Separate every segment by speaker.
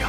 Speaker 1: 洋。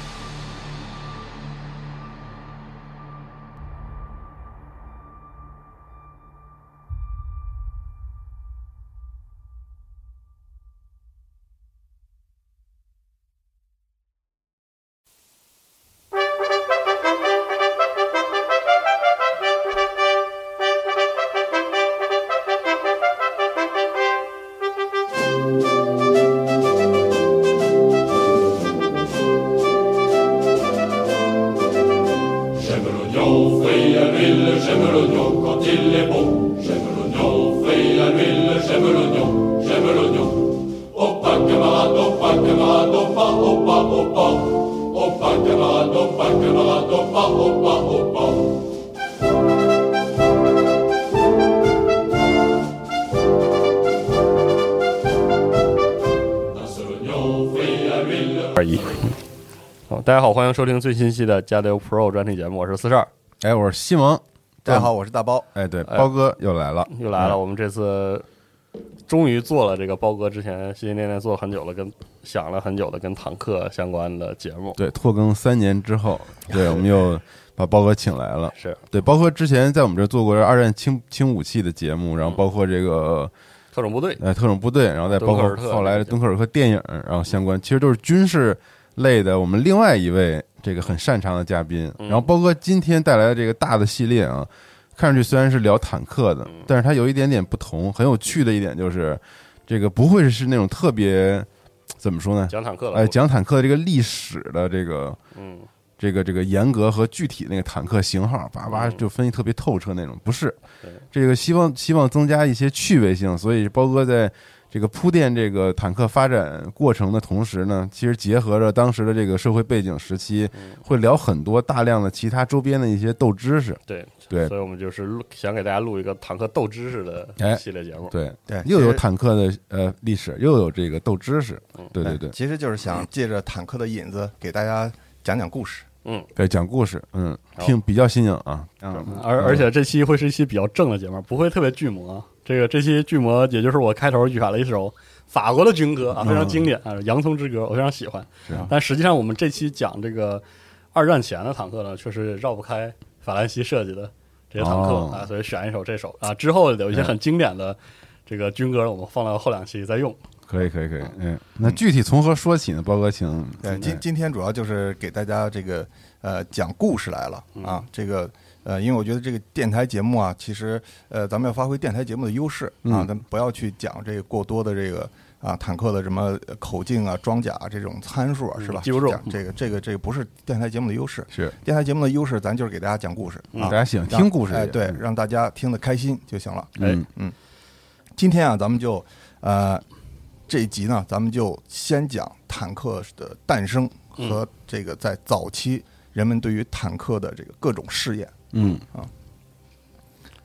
Speaker 2: 大家好，欢迎收听最新期的《加六 Pro》专题节目，我是四十二，
Speaker 3: 哎，我是西蒙，
Speaker 4: 大家好，我是大包，
Speaker 3: 哎，对，包哥又来了，
Speaker 2: 又来了，我们这次终于做了这个包哥之前心心念念做很久了，跟想了很久的跟坦克相关的节目，
Speaker 3: 对，拖更三年之后，对，我们又把包哥请来了，
Speaker 2: 是
Speaker 3: 对，包哥之前在我们这做过二战轻轻武器的节目，然后包括这个。
Speaker 2: 特种部队，
Speaker 3: 呃，特种部队，然后再包括后来的敦刻尔克电影，然后相关，其实都是军事类的。我们另外一位这个很擅长的嘉宾，然后包哥今天带来的这个大的系列啊，看上去虽然是聊坦克的，但是它有一点点不同，很有趣的一点就是，这个不会是那种特别怎么说呢？
Speaker 2: 讲坦克，
Speaker 3: 哎，讲坦克的这个历史的这个，
Speaker 2: 嗯，
Speaker 3: 这个这个严格和具体那个坦克型号，叭叭就分析特别透彻那种，不是。这个希望希望增加一些趣味性，所以包哥在这个铺垫这个坦克发展过程的同时呢，其实结合着当时的这个社会背景时期，会聊很多大量的其他周边的一些斗知识。
Speaker 2: 对
Speaker 3: 对，
Speaker 2: 所以我们就是想给大家录一个坦克斗知识的系列节目。
Speaker 3: 哎对
Speaker 4: 对，
Speaker 3: 又有坦克的呃历史，又有这个斗知识。对对对，
Speaker 4: 其实就是想借着坦克的引子给大家讲讲故事。
Speaker 2: 嗯，
Speaker 3: 对，讲故事，嗯，挺比较新颖啊，
Speaker 2: 嗯，而而且这期会是一期比较正的节目，不会特别巨魔。啊这个这期巨魔，也就是我开头选了一首法国的军歌啊，非常经典啊，
Speaker 3: 嗯
Speaker 2: 《洋葱之歌》，我非常喜欢。
Speaker 3: 啊
Speaker 2: 但实际上，我们这期讲这个二战前的坦克呢，确实绕不开法兰西设计的这些坦克、
Speaker 3: 哦、嗯
Speaker 2: 啊，所以选一首这首啊。之后有一些很经典的这个军歌，我们放到后两期再用。
Speaker 3: 可以可以可以，嗯，那具体从何说起呢？包哥，请。
Speaker 4: 对，今今天主要就是给大家这个呃讲故事来了
Speaker 3: 嗯
Speaker 4: 啊，这个呃，因为我觉得这个电台节目啊，其实呃，咱们要发挥电台节目的优势
Speaker 3: 嗯
Speaker 4: 啊，咱不要去讲这个过多的这个啊坦克的什么口径啊、装甲、啊、这种参数啊，
Speaker 3: 嗯
Speaker 4: 是吧？
Speaker 2: 记不住
Speaker 4: 这个这个这个不是电台节目的优势，
Speaker 3: 是
Speaker 4: 电台节目的优势，咱就是给大家讲故事啊，
Speaker 3: 嗯大家喜欢听故事，嗯
Speaker 4: 哎，对，让大家听得开心就行了。
Speaker 2: 哎，
Speaker 4: 嗯，今天啊，咱们就呃。这一集呢，咱们就先讲坦克的诞生和这个在早期人们对于坦克的这个各种试验。
Speaker 3: 嗯
Speaker 4: 啊，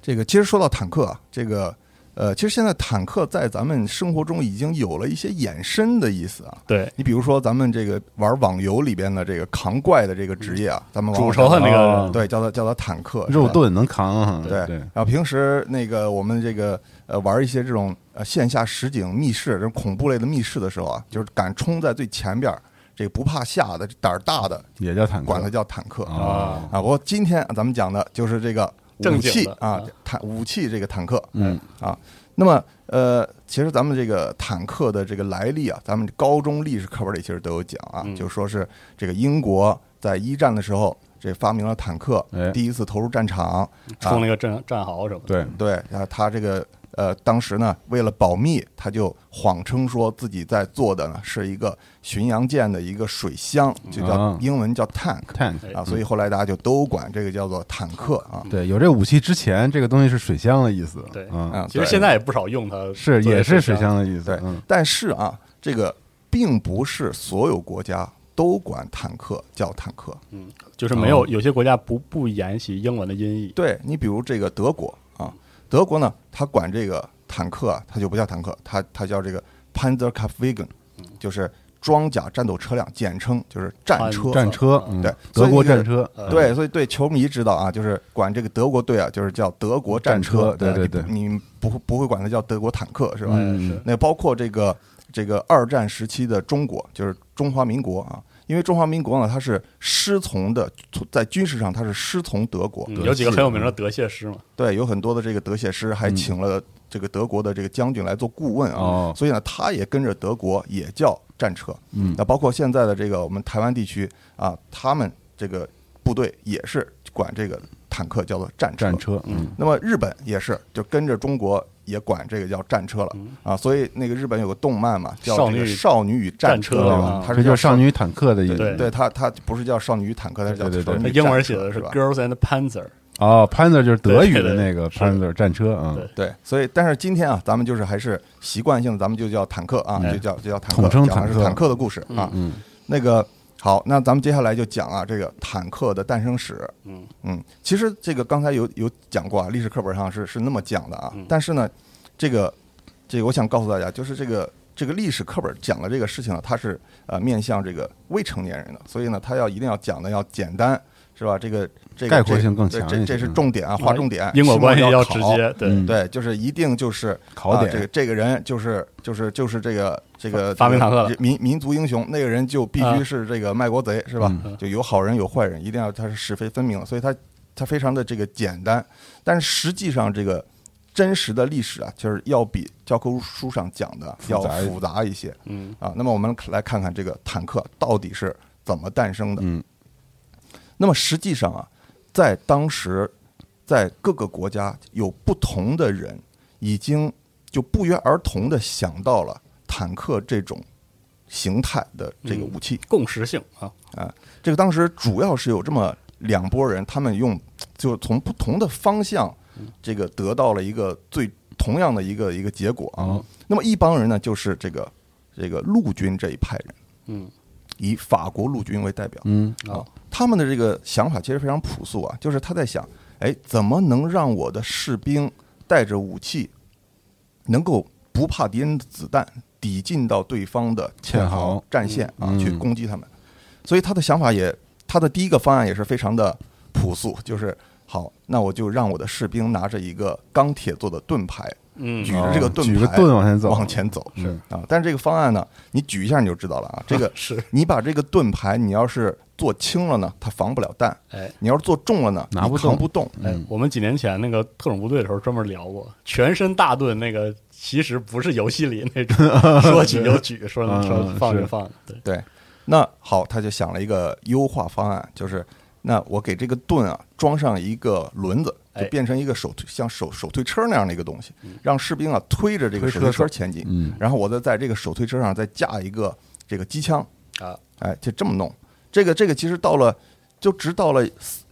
Speaker 4: 这个其实说到坦克啊，这个呃，其实现在坦克在咱们生活中已经有了一些衍生的意思啊。
Speaker 2: 对，
Speaker 4: 你比如说，咱们这个玩网游里边的这个扛怪的这个职业啊，咱们往
Speaker 2: 主
Speaker 4: 往
Speaker 2: 仇恨那
Speaker 3: 啊
Speaker 2: 个，
Speaker 4: 对叫它叫它坦克是吧
Speaker 3: 肉盾能扛啊，
Speaker 4: 对，
Speaker 3: 对
Speaker 4: 然，后平时那个我们这个呃玩一些这种呃线下实景密室、这种恐怖类的密室的时候啊，就是敢冲在最前边儿，这个不怕吓的、胆儿大的，
Speaker 3: 也叫坦克，
Speaker 4: 管它叫坦克啊。
Speaker 3: 哦
Speaker 2: 啊，
Speaker 4: 不过今天咱们讲的就是这个武
Speaker 2: 正经
Speaker 4: 器
Speaker 2: 的
Speaker 4: 啊
Speaker 2: 啊，
Speaker 4: 坦武器这个坦克。
Speaker 3: 嗯
Speaker 4: 啊。那么，呃，其实咱们这个坦克的这个来历啊，咱们高中历史课本里其实都有讲啊，
Speaker 2: 嗯
Speaker 4: 就说是这个英国在一战的时候，这发明了坦克
Speaker 3: 哎，
Speaker 4: 第一次投入战场。
Speaker 2: 冲那个战战壕什么的，
Speaker 3: 对，
Speaker 4: 对，然后他这个呃，当时呢，为了保密，他就谎称说自己在做的呢是一个巡洋舰的一个水箱，就
Speaker 3: 啊
Speaker 4: 叫英文叫 tank
Speaker 3: 坦
Speaker 2: 哎
Speaker 4: 啊，所以后来大家就都管这个叫做坦克啊。
Speaker 3: 对，有这武器之前，这个东西是水箱的意思，
Speaker 2: 对
Speaker 3: 嗯，
Speaker 4: 啊，
Speaker 2: 其实
Speaker 4: 对
Speaker 2: 现在也不少用它，
Speaker 3: 是也是水，箱的意思
Speaker 4: 对，
Speaker 3: 嗯，
Speaker 4: 但是啊，这个并不是所有国家都管坦克叫坦克。
Speaker 2: 就是没
Speaker 3: 嗯
Speaker 2: 有有些国家不不沿袭英文的音译，
Speaker 4: 对你比如这个德国啊，德国呢，它管这个坦克啊，它就不叫坦克，它它叫这个 Panzerkampfwagen，就是装甲战斗车辆，简称就是战车。
Speaker 3: 战车，嗯
Speaker 4: 对
Speaker 3: 德国
Speaker 4: 所以
Speaker 3: 战车，嗯
Speaker 2: 呃
Speaker 4: 对，所以对球迷知道啊，就是管这个德国队啊，就是叫德国战
Speaker 3: 战
Speaker 4: 车，
Speaker 3: 车对对
Speaker 4: 吧你你不会不会管它叫德国坦克是吧？
Speaker 3: 嗯，嗯
Speaker 4: 那包括这个这个二战时期的中国，就是中华民国啊，因为中华民国呢，它是师从的，从在军事上它是师从德国，
Speaker 2: 嗯有几个很有名的德械师嘛，
Speaker 4: 对，有很多的这个德械师还请了这个德国的这个将军来做顾问啊，
Speaker 3: 哦
Speaker 4: 所以呢，他也跟着德国也叫战车，
Speaker 3: 嗯
Speaker 4: 那包括现在的这个我们台湾地区啊，他们这个部队也是管这个坦克叫做战车，
Speaker 3: 战车，嗯，
Speaker 4: 那么日本也是，就跟着中国也管这个叫战车了啊，所以那个日本有个动漫嘛，叫
Speaker 2: 少
Speaker 4: 这
Speaker 2: 女
Speaker 4: 个
Speaker 2: 与
Speaker 4: 《少女与战车》，
Speaker 2: 战
Speaker 4: 对
Speaker 2: 车
Speaker 4: 吧
Speaker 2: 啊？
Speaker 4: 它
Speaker 3: 哦这
Speaker 4: 是
Speaker 3: 就
Speaker 4: 叫
Speaker 3: 是少，女与坦克的意思，
Speaker 2: 对
Speaker 4: 对它它不是叫少女与坦克，它是叫
Speaker 3: 对对对
Speaker 4: 少
Speaker 2: 它
Speaker 4: 女与
Speaker 2: 英文
Speaker 4: 战
Speaker 2: 写的
Speaker 4: 车
Speaker 2: 是
Speaker 4: 嗯吧？
Speaker 2: Girls and Panzer，
Speaker 3: 哦，Panzer 就是德语
Speaker 2: 对对
Speaker 3: 的
Speaker 2: 对
Speaker 3: 那个
Speaker 2: 是
Speaker 3: Panzer 战车啊，
Speaker 2: 对
Speaker 4: 对，所以但是今天啊，咱们就是还是习惯性的，咱们就叫坦克啊，
Speaker 2: 哎
Speaker 4: 就叫就叫坦
Speaker 3: 统
Speaker 4: 克，
Speaker 3: 称
Speaker 4: 讲的
Speaker 3: 坦
Speaker 4: 是
Speaker 3: 克
Speaker 4: 坦克的故事啊。
Speaker 3: 嗯，
Speaker 4: 那个好，那咱们接下来就讲啊，这个坦克的诞生史。
Speaker 2: 嗯
Speaker 4: 嗯，其实这个刚才有有讲过啊，历史课本上是是那么讲的啊，
Speaker 3: 嗯
Speaker 4: 但是呢，这个这个我想告诉大家，就是这个这个历史课本讲的这个事情啊，它是呃面向这个未成年人的，所以呢，它要一定要讲的要简单。是吧？这个这个
Speaker 3: 概括
Speaker 4: 这
Speaker 3: 性更
Speaker 4: 对
Speaker 3: 强
Speaker 4: 这
Speaker 3: 一
Speaker 4: 这
Speaker 3: 些
Speaker 4: 是
Speaker 3: 嗯
Speaker 4: 重点啊，划重点。
Speaker 2: 因果关系
Speaker 4: 要
Speaker 2: 直
Speaker 4: 考
Speaker 2: 接，对，
Speaker 3: 嗯
Speaker 4: 对，就是一定就是
Speaker 3: 考
Speaker 4: 啊
Speaker 3: 点
Speaker 4: 这个这个人就是就是就是这个这个
Speaker 2: 发明坦克的啊
Speaker 4: 这个民民族英雄，那个人就必须是这个卖国贼，是吧？
Speaker 2: 嗯
Speaker 4: 就有好人有坏人，一定要他是是非分明的，所以他他非常的这个简单，但是实际上这个真实的历史啊，就是要比教科书上讲的要
Speaker 3: 复杂一
Speaker 4: 复杂一些
Speaker 2: 嗯，
Speaker 4: 啊。那么我们来看看这个坦克到底是怎么诞生的。
Speaker 3: 嗯，
Speaker 4: 那么实际上啊，在当时，在各个国家有不同的人已经就不约而同的想到了坦克这种形态的这
Speaker 3: 嗯
Speaker 4: 个武器。
Speaker 2: 共识性啊，
Speaker 4: 这个当时主要是有这么两拨人，他们用就是从不同的方向，这个得到了一个最同样的一个一个结果啊
Speaker 3: 哦。
Speaker 4: 那么一帮人呢，就是这个这个陆军这一派人，
Speaker 2: 嗯，
Speaker 4: 以法国陆军为代表，
Speaker 3: 嗯，
Speaker 4: 啊，他们的这个想法其实非常朴素啊，就是他在想，哎，怎么能让我的士兵带着武器，能够不怕敌人的子弹，抵近到对方的堑
Speaker 3: 堑壕
Speaker 4: 壕战线啊，
Speaker 3: 嗯
Speaker 4: 去攻击他们。所以他的想法也，他的第一个方案也是非常的朴素，就是好，那我就让我的士兵拿着一个钢铁做的盾牌，
Speaker 2: 嗯
Speaker 4: 举着这个
Speaker 3: 哦
Speaker 4: 盾牌，
Speaker 3: 举个盾往前走，
Speaker 4: 往前走
Speaker 3: 是
Speaker 4: 啊。但是这个方案呢，你举一下你就知道了啊。这 个
Speaker 2: 是
Speaker 4: 你把这个盾牌，你要是做轻了呢，它防不了弹；
Speaker 2: 哎。
Speaker 4: 你要是做重了呢，
Speaker 3: 拿不
Speaker 4: 不
Speaker 3: 动
Speaker 4: 不动。
Speaker 2: 哎，我们几年前那个特种部队的时候专门聊过，全身大盾那个其实不是游戏里那种说举就举，说
Speaker 3: 嗯
Speaker 2: 说
Speaker 3: 嗯
Speaker 2: 放
Speaker 3: 是
Speaker 2: 就放，对，
Speaker 4: 对，那好，他就想了一个优化方案，就是那我给这个盾啊装上一个轮子，
Speaker 2: 哎嗯
Speaker 4: 就变成一个手推像手手推车那样的一个东西，让士兵啊推着这
Speaker 3: 推
Speaker 4: 个手
Speaker 3: 车
Speaker 4: 推
Speaker 3: 走
Speaker 4: 车前进，
Speaker 3: 嗯
Speaker 4: 然后我再在这个手推车上再架一个这个机枪，
Speaker 2: 啊，
Speaker 4: 哎，就这么弄。这个这个其实到了，就直到了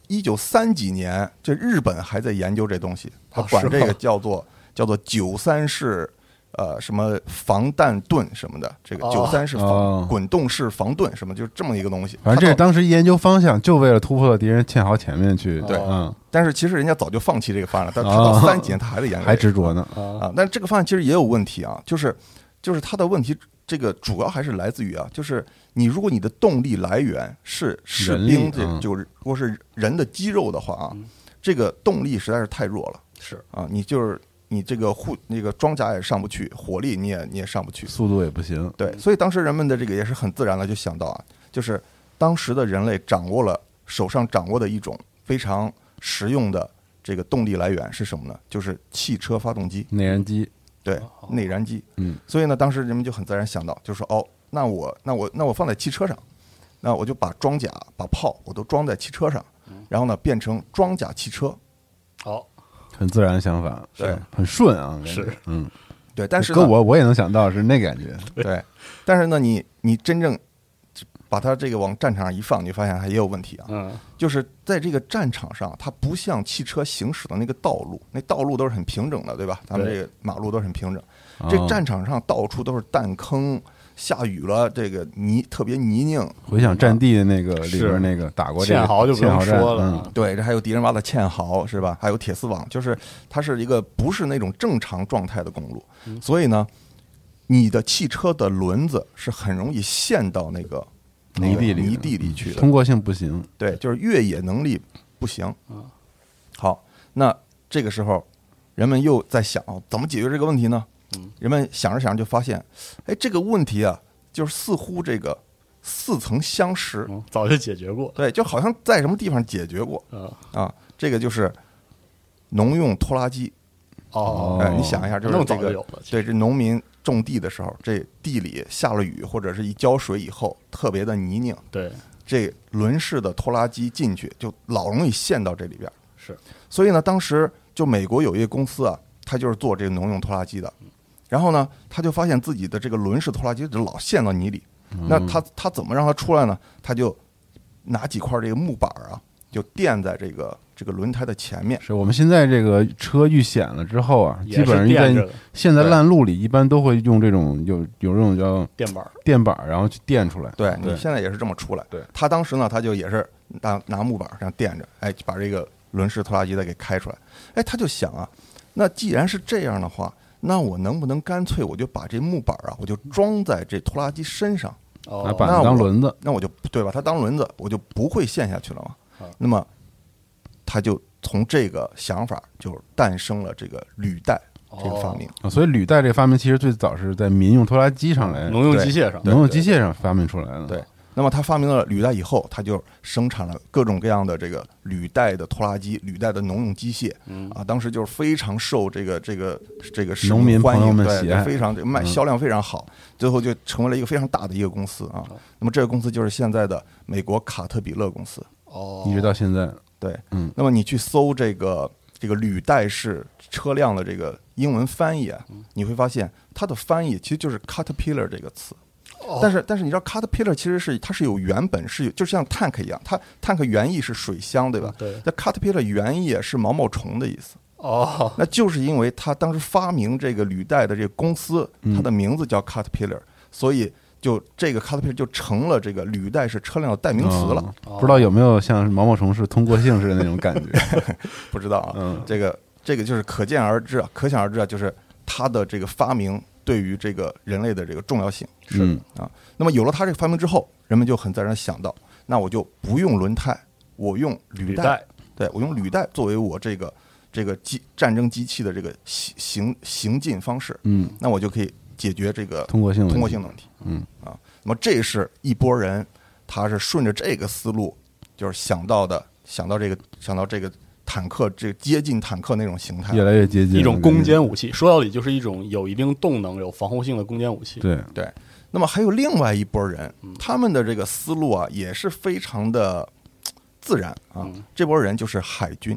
Speaker 4: 一九三几年，这日本还在研究这东西，他
Speaker 2: 哦
Speaker 4: 管
Speaker 2: 是吗
Speaker 4: 这个叫做、叫做九三式呃什么防弹盾什么的，这个
Speaker 2: 哦
Speaker 4: 九三式
Speaker 3: 哦
Speaker 4: 防滚动式防盾什么，就是这么一个东西。
Speaker 3: 反正这是
Speaker 4: 它到
Speaker 3: 当时研究方向，就为了突破到敌人堑壕前面去。
Speaker 2: 对
Speaker 3: 嗯，
Speaker 4: 但是其实人家早就放弃这个方案了，但是他
Speaker 3: 哦
Speaker 4: 到三级他还在研究，
Speaker 3: 还执着呢。
Speaker 2: 啊
Speaker 4: 啊。但这个方案其实也有问题啊，就是就是它的问题，这个主要还是来自于啊，就是你如果你的动力来源是士
Speaker 3: 人力
Speaker 4: 兵
Speaker 3: 嗯
Speaker 4: 这，就是如果是人的肌肉的话啊
Speaker 2: 嗯，
Speaker 4: 这个动力实在是太弱了
Speaker 2: 是
Speaker 4: 啊，你就是你这个护那个装甲也上不去，火力你也你也上不去，
Speaker 3: 速度也不行。
Speaker 4: 对，所以当时人们的这个也是很自然的就想到啊，就是当时的人类掌握了手上掌握的一种非常实用的这个动力来源是什么呢？就是汽车发动机，
Speaker 3: 内燃机，
Speaker 4: 对，内燃机。
Speaker 3: 嗯，
Speaker 4: 所以呢，当时人们就很自然想到，就说哦，那我那我那我放在汽车上，那我就把装甲、把炮我都装在汽车上，然后呢变成装甲汽车。
Speaker 2: 好，
Speaker 3: 很自然的想法，
Speaker 4: 对
Speaker 3: 是很顺啊，感觉
Speaker 2: 是，
Speaker 3: 嗯，
Speaker 4: 对，但是呢
Speaker 3: 跟我我也能想到是那感觉，
Speaker 4: 对，但是呢，你你真正把它这个往战场上一放，你发现它也有问题啊。
Speaker 2: 嗯
Speaker 4: 就是在这个战场上，它不像汽车行驶的那个道路，那道路都是很平整的，对吧？咱们
Speaker 2: 对
Speaker 4: 这个马路都是很平整。这
Speaker 3: 哦
Speaker 4: 战场上到处都是弹坑，下雨了，这个泥特别泥泞。
Speaker 3: 回想战地的那个
Speaker 2: 是
Speaker 3: 里边那个打过这个
Speaker 2: 堑壕就不用
Speaker 3: 堑战
Speaker 2: 说了
Speaker 3: 嗯
Speaker 2: 啊
Speaker 4: 对，这还有敌人挖的堑壕是吧？还有铁丝网，就是它是一个不是那种正常状态的公路，
Speaker 3: 嗯
Speaker 4: 所以呢，你的汽车的轮子是很容易陷到那个
Speaker 3: 泥地里
Speaker 4: 泥地里去
Speaker 3: 嗯
Speaker 4: 的。
Speaker 3: 通过性不行，
Speaker 4: 对，就是越野能力不行。
Speaker 2: 啊
Speaker 4: 好，那这个时候人们又在想哦怎么解决这个问题呢？
Speaker 2: 嗯
Speaker 4: 人们想着想着就发现，哎，这个问题啊，就是似乎这个似曾相识，
Speaker 2: 嗯，早就解决过
Speaker 4: 对，就好像在什么地方解决过
Speaker 2: 啊
Speaker 4: 啊。这个就是农用拖拉机，
Speaker 2: 哦，
Speaker 4: 哎，
Speaker 3: 哦
Speaker 4: 你想一下，就
Speaker 2: 那
Speaker 4: 是
Speaker 2: 么
Speaker 4: 这
Speaker 2: 早就
Speaker 4: 个
Speaker 2: 有了其
Speaker 4: 对，这农民种地的时候，这地里下了雨或者是一浇水以后，特别的泥泞，
Speaker 2: 对
Speaker 4: 这轮式的拖拉机进去就老容易陷到这里边儿。
Speaker 2: 是
Speaker 4: 所以呢，当时就美国有一个公司啊，它就是做这个农用拖拉机的，然后呢，他就发现自己的这个轮式拖拉机就老陷到泥里，那他他怎么让它出来呢？他就拿几块这个木板儿啊，就垫在这个这个轮胎的前面，
Speaker 3: 是我们现在这个车遇险了之后啊，
Speaker 2: 也是
Speaker 3: 基本上
Speaker 2: 垫
Speaker 3: 在
Speaker 2: 着的
Speaker 3: 现在烂路里一般都会用这种有有这种叫
Speaker 2: 电板儿
Speaker 3: 垫板儿，然后去垫出来，
Speaker 4: 对你
Speaker 3: 对，
Speaker 4: 现在也是这么出来。
Speaker 3: 对
Speaker 4: 他当时呢，他就也是拿拿木板这样垫着，哎，把这个轮式拖拉机的给开出来。哎，他就想啊，那既然是这样的话，那我能不能干脆我就把这木板啊，我就装在这拖拉机身上，
Speaker 3: 拿
Speaker 2: 哦，
Speaker 3: 板
Speaker 4: 那
Speaker 3: 子当
Speaker 4: 我
Speaker 3: 轮子，
Speaker 4: 那我就对吧？它当轮子，我就不会陷下去了嘛
Speaker 2: 啊。
Speaker 4: 那么，他就从这个想法就诞生了这个履带这个发明。
Speaker 3: 啊所以履带这个发明其实最早是在民用拖拉机上来，
Speaker 2: 农用机械上
Speaker 3: 农用机械上发明出来的，
Speaker 4: 对，那么他发明了履带以后，他就生产了各种各样的这个履带的拖拉机、履带的农用机械，啊，当时就是非常受这个这个这个市
Speaker 3: 嗯农民
Speaker 4: 欢
Speaker 3: 朋友
Speaker 4: 迎，
Speaker 3: 们
Speaker 4: 对，
Speaker 3: 喜爱嗯
Speaker 4: 对非常这个卖销量非常好，最后就成为了一个非常大的一个公司啊。
Speaker 3: 嗯
Speaker 4: 那么这个公司就是现在的美国卡特彼勒公司，
Speaker 2: 哦，
Speaker 3: 一直到现在，
Speaker 4: 对，
Speaker 3: 嗯，
Speaker 4: 那么你去搜这个这个履带式车辆的这个英文翻译啊，你会发现它的翻译其实就是 caterpillar 这个词。但是但是你知道 caterpillar 其实是它是有原本是有就像 tank 一样，它 tank 原意是水箱对吧？
Speaker 2: 对
Speaker 4: 那 caterpillar 原意是毛毛虫的意思。
Speaker 2: 哦
Speaker 4: 那就是因为他当时发明这个履带的这个公司，它的名字叫 Caterpillar，所以就这个 Caterpillar 就成了这个履带式车辆的代名词了。
Speaker 3: 哦不知道有没有像毛毛虫是通过性似的那种感觉，
Speaker 4: 不知道啊，
Speaker 3: 嗯
Speaker 4: 这个这个就是可见而知啊，可想而知啊，就是它的这个发明对于这个人类的这个重要性
Speaker 3: 嗯
Speaker 4: 啊。那么有了它这个发明之后，人们就很自然地想到，那我就不用轮胎，我用履
Speaker 2: 履
Speaker 4: 带，
Speaker 2: 带
Speaker 4: 对我用履带作为我这个这个机战争机器的这个行行行进方式，
Speaker 3: 嗯，
Speaker 4: 那我就可以解决这个
Speaker 3: 通过性问题
Speaker 4: 通过性的问题，
Speaker 3: 嗯
Speaker 4: 啊，那么这是一波人，他是顺着这个思路，就是想到的，想到这个，想到这个坦克，这个接近坦克那种形态
Speaker 3: 越，来越接近
Speaker 2: 一种
Speaker 3: 我感觉
Speaker 2: 攻坚武器，说到底就是一种有一定动能、有防护性的攻坚武器。
Speaker 3: 对，
Speaker 4: 对。那么还有另外一波人，
Speaker 3: 嗯
Speaker 4: 他们的这个思路啊，也是非常的嘖自然啊。
Speaker 3: 嗯
Speaker 4: 这波人就是海军，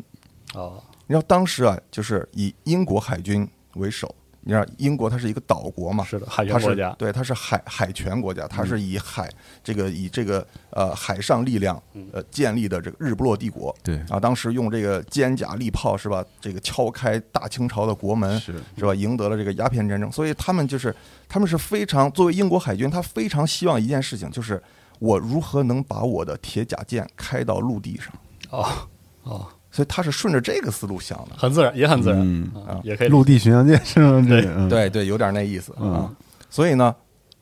Speaker 2: 啊，
Speaker 4: 你知道当时啊，就是以英国海军为首，你知道英国它是一个岛国嘛，
Speaker 2: 是的，海
Speaker 4: 它
Speaker 2: 洋
Speaker 4: 啊是
Speaker 2: 国家，嗯
Speaker 4: 对，它是海海权国家，它是以海、这个以这个呃海上力量
Speaker 2: 嗯
Speaker 4: 呃建立的这个日不落帝国。
Speaker 3: 对
Speaker 4: 啊，当时用这个尖甲利炮是吧？这个敲开大清朝的国门
Speaker 3: 是
Speaker 2: 嗯
Speaker 4: 是吧？赢得了这个鸦片战争，所以他们就是他们是非常作为英国海军，他非常希望一件事情，就是我如何能把我的铁甲舰开到陆地上，
Speaker 2: 哦哦，
Speaker 4: 所以他是顺着这个思路想的。
Speaker 2: 很自然，也很自然，
Speaker 3: 嗯
Speaker 2: 啊也可以
Speaker 3: 陆地巡洋舰是吗？这个，嗯
Speaker 4: 对对，有点那意思啊
Speaker 3: 嗯。
Speaker 4: 所以呢，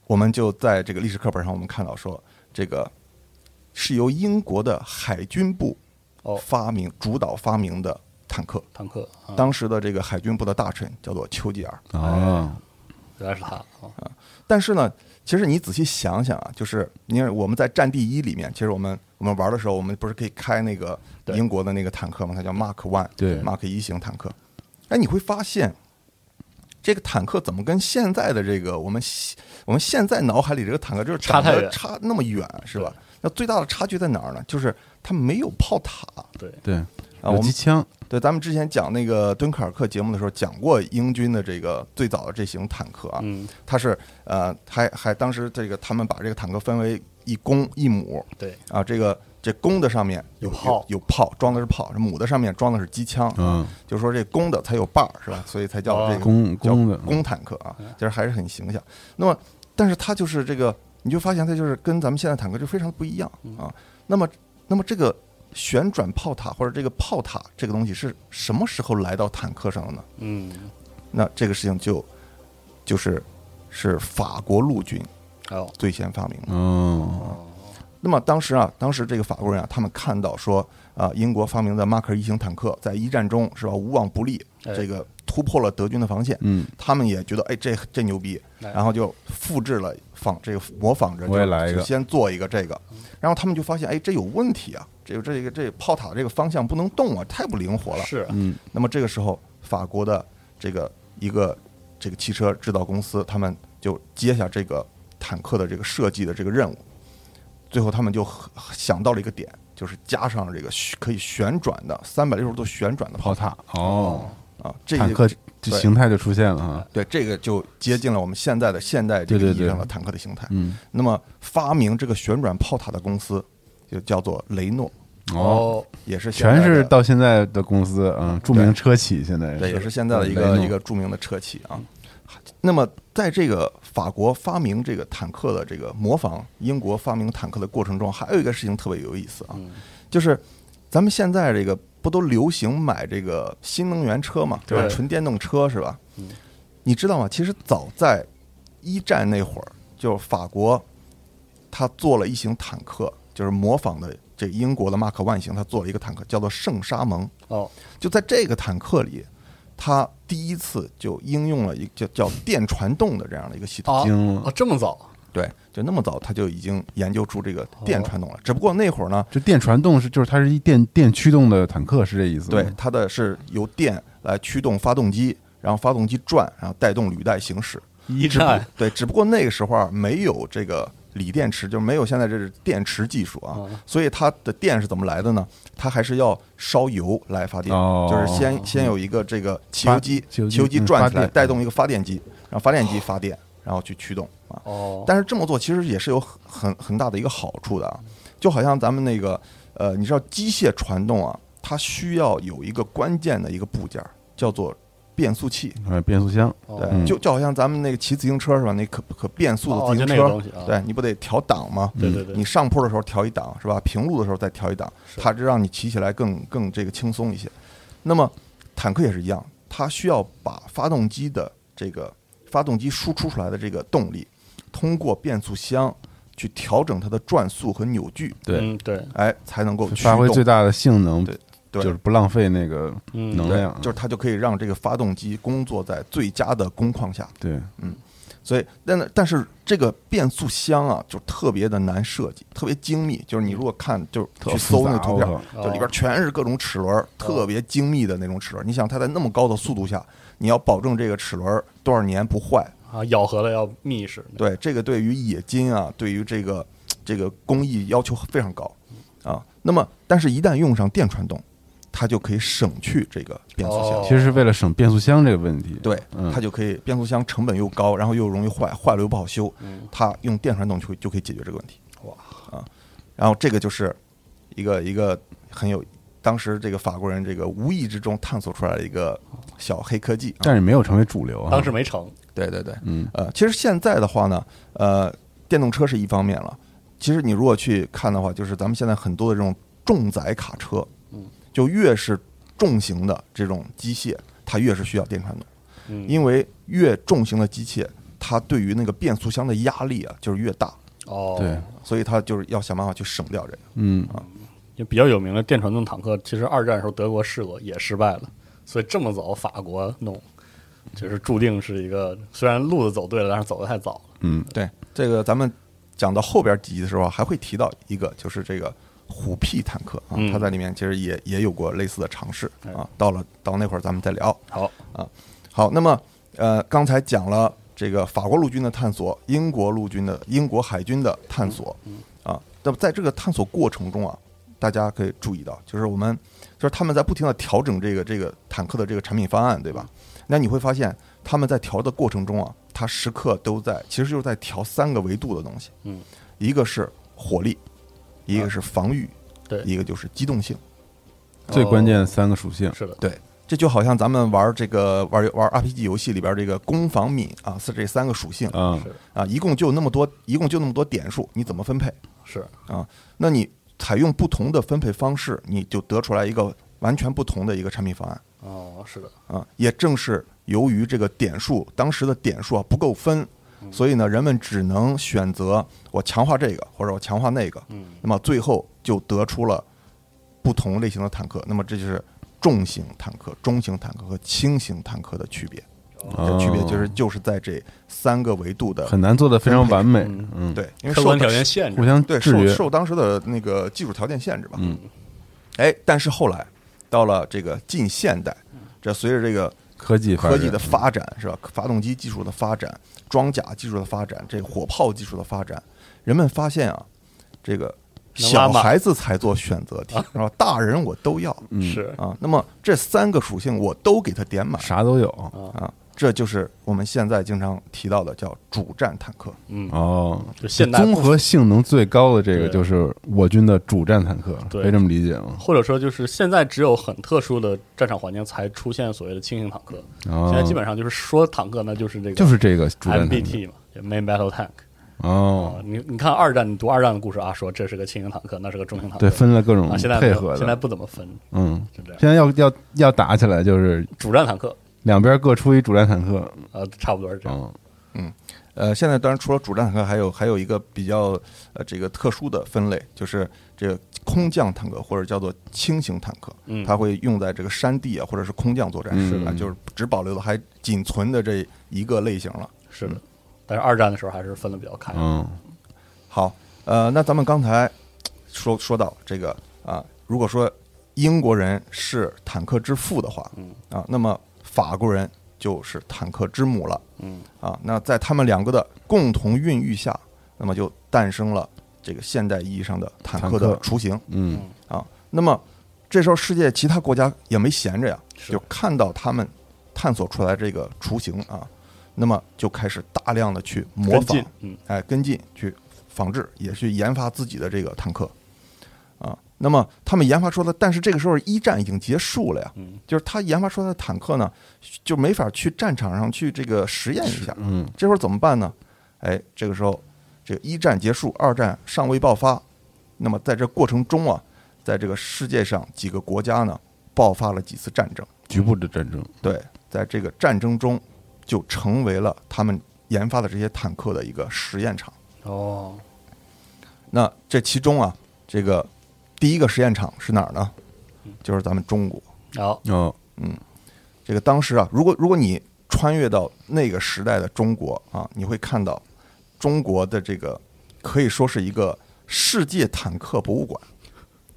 Speaker 4: 我们就在这个历史课本上，我们看到说，这个是由英国的海军部
Speaker 2: 哦
Speaker 4: 发明、主导发明的坦克。
Speaker 2: 坦克，啊
Speaker 4: 当时的这个海军部的大臣叫做丘吉尔。哎
Speaker 3: 哦，
Speaker 2: 原来是他啊，
Speaker 4: 但是呢，其实你仔细想想啊，就是你看我们在《战地一》里面，其实我们我们玩的时候，我们不是可以开那个
Speaker 2: 对
Speaker 4: 英国的那个坦克吗？它叫 Mark One，
Speaker 3: 对
Speaker 4: ，Mark 一型坦克。哎，你会发现，这个坦克怎么跟现在的这个我们西我们现在脑海里这个坦克就是
Speaker 2: 差太
Speaker 4: 长得
Speaker 2: 远
Speaker 4: 差那么远是吧？那最大的差距在哪儿呢？就是它没有炮塔。
Speaker 2: 对，
Speaker 3: 对，
Speaker 4: 啊
Speaker 3: 有
Speaker 4: 我
Speaker 3: 机
Speaker 4: 们
Speaker 3: 枪，
Speaker 4: 对，咱们之前讲那个敦刻尔克节目的时候，讲过英军的这个最早的这型坦克啊，
Speaker 2: 嗯，
Speaker 4: 它是呃，还还当时这个他们把这个坦克分为一公一母
Speaker 2: 对，
Speaker 4: 啊，这个这公的上面
Speaker 2: 有炮
Speaker 4: 有炮装的是炮，母的上面装的是机枪，
Speaker 3: 嗯，
Speaker 4: 就说这公的才有把儿是吧？所以才叫这个
Speaker 3: 啊公
Speaker 4: 叫
Speaker 3: 公的，
Speaker 4: 公坦克啊，其实还是很形象。那么，但是它就是这个，你就发现它就是跟咱们现在坦克就非常不一样
Speaker 3: 嗯
Speaker 4: 啊。那么，那么这个旋转炮塔或者这个炮塔这个东西是什么时候来到坦克上的呢？
Speaker 2: 嗯，
Speaker 4: 那这个事情就就是是法国陆军
Speaker 2: 还有
Speaker 4: 最先发明的。
Speaker 3: 哦，
Speaker 4: 那么当时啊，当时这个法国人啊，他们看到说啊、英国发明的马克一型坦克在一战中是吧无往不利，
Speaker 2: 哎
Speaker 4: 这个突破了德军的防线。
Speaker 3: 嗯，
Speaker 4: 他们也觉得哎，这这牛逼，
Speaker 2: 哎
Speaker 4: 然后就复制了仿这个模仿着，
Speaker 3: 我也
Speaker 4: 就
Speaker 3: 来一个
Speaker 4: 就先做一个这个，然后他们就发现哎，这有问题啊，这个这个这炮塔这个方向不能动啊，太不灵活了。
Speaker 2: 是啊
Speaker 3: 嗯，
Speaker 4: 那么这个时候，法国的这个一个这个汽车制造公司，他们就接下这个坦克的这个设计的这个任务，最后他们就很想到了一个点，就是加上这个旋可以旋转的三百六十度旋转的炮
Speaker 3: 炮塔，哦，
Speaker 4: 啊，这
Speaker 3: 坦
Speaker 4: 个
Speaker 3: 克这
Speaker 4: 对
Speaker 3: 形态就出现了啊哈，
Speaker 4: 对，这个就接近了我们现在的现代这个
Speaker 3: 对对
Speaker 4: 意
Speaker 3: 对
Speaker 4: 义上的坦克的形态。
Speaker 3: 嗯，
Speaker 4: 那么发明这个旋转炮塔的公司就叫做雷诺，
Speaker 3: 哦，，
Speaker 4: 也是现在
Speaker 3: 全
Speaker 4: 的
Speaker 3: 是到现在的公司，嗯，著名
Speaker 4: 对
Speaker 3: 车企现在嗯
Speaker 4: 对，也是现在的一个
Speaker 3: 雷诺
Speaker 4: 一个著名的车企啊。那么在这个法国发明这个坦克的这个模仿英国发明坦克的过程中，还有一个事情特别有意思啊，就是咱们现在这个不都流行买这个新能源车嘛，
Speaker 2: 对
Speaker 4: 吧纯电动车是吧？你知道吗？其实早在一战那会儿，就是法国他做了一型坦克，就是模仿的这英国的马克万型，他做了一个坦克叫做圣沙蒙。
Speaker 2: 哦，
Speaker 4: 就在这个坦克里，它第一次就应用了一个叫叫电传动的这样的一个系统。
Speaker 2: 啊
Speaker 3: 惊了
Speaker 2: 啊，这么早，
Speaker 4: 对，就那么早他就已经研究出这个电传动了。只不过那会儿呢，
Speaker 3: 就电传动是就是它是一电电驱动的坦克是这意思吗？
Speaker 4: 对它的是由电来驱动发动机，然后发动机转，然后带动履带行驶。
Speaker 2: 一
Speaker 3: 啊
Speaker 2: 战
Speaker 4: 对，只不过那个时候啊，没有这个锂电池，就没有现在这是电池技术
Speaker 3: 哦
Speaker 4: 啊，所以它的电是怎么来的呢？它还是要烧油来发电，
Speaker 3: 哦
Speaker 4: 就是先先有一个这个汽
Speaker 3: 发
Speaker 4: 油机，
Speaker 3: 汽油机
Speaker 4: 机
Speaker 3: 嗯哦
Speaker 4: 转
Speaker 3: 发
Speaker 4: 起来，
Speaker 3: 电
Speaker 4: 带动一个发电机，让发电机发电，然后去驱动啊。
Speaker 2: 哦，
Speaker 4: 但是这么做其实也是有很很很大的一个好处的啊，就好像咱们那个呃，你知道机械传动啊，它需要有一个关键的一个部件儿叫做变速器。
Speaker 3: 呃，变速箱，
Speaker 4: 对，
Speaker 3: 嗯
Speaker 4: 哦就就好像咱们那个骑自行车是吧？那可可变速的
Speaker 2: 哦
Speaker 4: 自
Speaker 2: 就
Speaker 4: 行
Speaker 2: 那个
Speaker 4: 车
Speaker 2: 东西啊，
Speaker 4: 对你不得调档吗？嗯
Speaker 2: 对对对
Speaker 4: 你，上坡的时候调一档是吧？平路的时候再调一档，它这让你骑起来更更这个轻松一些。那么坦克也是一样，它需要把发动机的这个发动机输出出来的这个动力，通过变速箱去调整它的转速和扭矩，
Speaker 3: 对，
Speaker 2: 嗯对，
Speaker 4: 哎，才能够驱
Speaker 3: 发挥
Speaker 4: 动
Speaker 3: 最大的性能，
Speaker 4: 对对
Speaker 3: 就是不浪费那个
Speaker 2: 嗯
Speaker 3: 能
Speaker 4: 对
Speaker 3: 量，
Speaker 4: 就是它就可以让这个发动机工作在最佳的工况下。
Speaker 3: 对，
Speaker 4: 所以，但但是这个变速箱啊，就特别的难设计，特别精密。就是你如果看，就是
Speaker 3: 特
Speaker 4: 去
Speaker 3: 复
Speaker 4: 搜
Speaker 3: 杂
Speaker 4: 那个图片
Speaker 3: 我，
Speaker 2: 靠
Speaker 4: 就里边全是各种齿轮，特别精密的那种齿轮。你想，它在那么高的速度下，你要保证这个齿轮多少年不坏？
Speaker 2: 啊，咬合了要密实，
Speaker 4: 对，这个对于冶金啊，对于这个这个工艺要求非常高啊。那么，但是一旦用上电传动，它就可以省去这个变速箱
Speaker 2: 哦。
Speaker 3: 其实是为了省变速箱这个问题。
Speaker 4: 对，
Speaker 3: 嗯
Speaker 4: 它就可以变速箱成本又高，然后又容易坏，坏了又不好修。它用电传动就就可以解决这个问题。哇啊！然后这个就是一个一个很有当时这个法国人这个无意之中探索出来的一个小黑科技、啊。
Speaker 3: 但是没有成为主流啊。
Speaker 2: 当时没成，
Speaker 4: 对对对，
Speaker 3: 嗯，
Speaker 4: 呃，其实现在的话呢，呃，电动车是一方面了。其实你如果去看的话，就是咱们现在很多的这种重载卡车，
Speaker 2: 嗯，
Speaker 4: 就越是重型的这种机械，它越是需要电传动，
Speaker 2: 嗯，
Speaker 4: 因为越重型的机械，它对于那个变速箱的压力啊就是越大，
Speaker 2: 哦，
Speaker 3: 对，
Speaker 4: 所以它就是要想办法去省掉这个。
Speaker 3: 嗯，
Speaker 2: 啊就比较有名的电传动坦克，其实二战时候德国试过也失败了，所以这么早法国弄，就是注定是一个虽然路子走对了，但是走得太早了。
Speaker 4: 对，这个咱们讲到后边几集的时候啊还会提到一个，就是这个虎屁坦克啊
Speaker 2: 嗯，
Speaker 4: 它在里面其实也也有过类似的尝试
Speaker 2: 哎
Speaker 4: 啊。到了到那会儿咱们再聊。
Speaker 2: 好，
Speaker 4: 好，那么呃，刚才讲了这个法国陆军的探索，英国陆军的英国海军的探索，
Speaker 2: 嗯
Speaker 4: 啊，那么在这个探索过程中啊，大家可以注意到，就是我们就是他们在不停的调整这个这个坦克的这个产品方案，对吧？
Speaker 2: 嗯
Speaker 4: 那你会发现他们在调的过程中啊，他时刻都在，其实就是在调三个维度的东西，
Speaker 2: 嗯，啊
Speaker 4: 一个是火力，一个是防御，
Speaker 2: 对
Speaker 4: 一个就是机动性。
Speaker 3: 最关键的三个属性，
Speaker 2: 是的，
Speaker 4: 对，这就好像咱们玩这个玩玩 RPG 游戏里边这个攻防敏啊，是这三个属性
Speaker 3: 嗯
Speaker 2: 是，的，
Speaker 4: 啊，一共就那么多，一共就那么多点数，你怎么分配
Speaker 2: 是
Speaker 4: 啊？那你采用不同的分配方式，你就得出来一个完全不同的一个产品方案
Speaker 2: 哦，是的，
Speaker 4: 啊。也正是由于这个点数当时的点数啊不够分，所以呢，人们只能选择我强化这个或者我强化那个，
Speaker 2: 嗯，
Speaker 4: 那么最后就得出了不同类型的坦克。那么这就是重型坦克、中型坦克和轻型坦克的区别。这区别就是就是在这三个维度的
Speaker 3: 很难做的非常完美，
Speaker 2: 嗯
Speaker 3: 嗯，，
Speaker 4: 对，因为
Speaker 2: 客
Speaker 4: 受
Speaker 2: 观
Speaker 4: 当
Speaker 2: 条件
Speaker 4: 时
Speaker 2: 限
Speaker 3: 互
Speaker 2: 制，
Speaker 3: 相
Speaker 4: 对
Speaker 3: 制
Speaker 4: 受
Speaker 3: 约，
Speaker 4: 受当时的那个技术条件限制吧。
Speaker 3: 嗯，
Speaker 4: 哎，但是后来到了这个近现代，这随着这个
Speaker 3: 科技发
Speaker 4: 科
Speaker 3: 展
Speaker 4: 技的发展是吧？发动机技术的发展、装甲技术的发展、这火炮技术的发展，人们发现啊，这个
Speaker 2: 能拉
Speaker 4: 小
Speaker 2: 满啊
Speaker 4: 孩子才做选择题，是吧？大人我都要
Speaker 2: 嗯
Speaker 3: 嗯
Speaker 2: 是
Speaker 4: 啊。那么这三个属性我都给它点满
Speaker 3: 啥都有，
Speaker 4: 啊，这就是我们现在经常提到的叫主战坦克。
Speaker 3: 哦，
Speaker 2: 嗯就现代
Speaker 3: 综合性能最高的这
Speaker 2: 对
Speaker 3: 个就是我军的主战坦克，
Speaker 2: 对
Speaker 3: 可以这么理解吗？
Speaker 2: 或者说就是现在只有很特殊的战场环境才出现所谓的轻型坦克，
Speaker 3: 哦
Speaker 2: 现在基本上就是说坦克那就是这个
Speaker 3: 就是这个主战坦克
Speaker 2: MBT 嘛就，Main Battle Tank。
Speaker 3: 哦
Speaker 2: 啊，，你你看二战，你读二战的故事啊，说这是个轻型坦克，那是个重型坦克，
Speaker 3: 对，分了各种
Speaker 2: 啊，现在没
Speaker 3: 配
Speaker 2: 有
Speaker 3: 合
Speaker 2: 现在
Speaker 3: 的，
Speaker 2: 不怎么分，
Speaker 3: 嗯，
Speaker 2: 就这样。
Speaker 3: 现在要要要打起来就是
Speaker 2: 主战坦克，
Speaker 3: 两边各出一主战坦克，
Speaker 2: 呃，差不多是这样。
Speaker 3: 嗯，
Speaker 4: 呃，现在当然除了主战坦克，还有还有一个比较呃这个特殊的分类，就是这个空降坦克或者叫做轻型坦克，
Speaker 2: 嗯
Speaker 4: 它会用在这个山地啊或者是空降作战，
Speaker 3: 嗯
Speaker 4: 啊，就是只保留了还仅存的这一个类型了。
Speaker 2: 是的，但是二战的时候还是分的比较开。
Speaker 3: 嗯，
Speaker 4: 好，呃，那咱们刚才说说到这个啊，如果说英国人是坦克之父的话，
Speaker 2: 嗯
Speaker 4: 啊，那么法国人就是坦克之母了。
Speaker 2: 嗯，
Speaker 4: 啊，那在他们两个的共同孕育下，那么就诞生了这个现代意义上的坦克
Speaker 3: 坦
Speaker 4: 的
Speaker 3: 克
Speaker 4: 雏形
Speaker 3: 嗯
Speaker 4: 啊。那么这时候世界其他国家也没闲着呀，
Speaker 2: 是
Speaker 4: 就看到他们探索出来这个雏形啊，那么就开始大量的去模
Speaker 2: 跟
Speaker 4: 仿
Speaker 2: 进，，嗯，
Speaker 4: 哎，跟进去仿制，也去研发自己的这个坦克啊。那么他们研发出来，但是这个时候一战已经结束了呀，
Speaker 2: 嗯
Speaker 4: 就是他研发出来的坦克呢，就没法去战场上去这个实验一下，
Speaker 3: 嗯，
Speaker 4: 这会儿怎么办呢？哎，这个时候，这个一战结束，二战尚未爆发，那么在这过程中啊，在这个世界上几个国家呢，爆发了几次战争。
Speaker 3: 局部的战争，
Speaker 4: 对，在这个战争中，就成为了他们研发的这些坦克的一个实验场。
Speaker 2: 哦，
Speaker 4: 那这其中啊，这个第一个实验场是哪儿呢？就是咱们中国。
Speaker 2: 好，
Speaker 3: 哦，
Speaker 4: 这个当时啊，如果如果你穿越到那个时代的中国啊，你会看到中国的这个可以说是一个世界坦克博物馆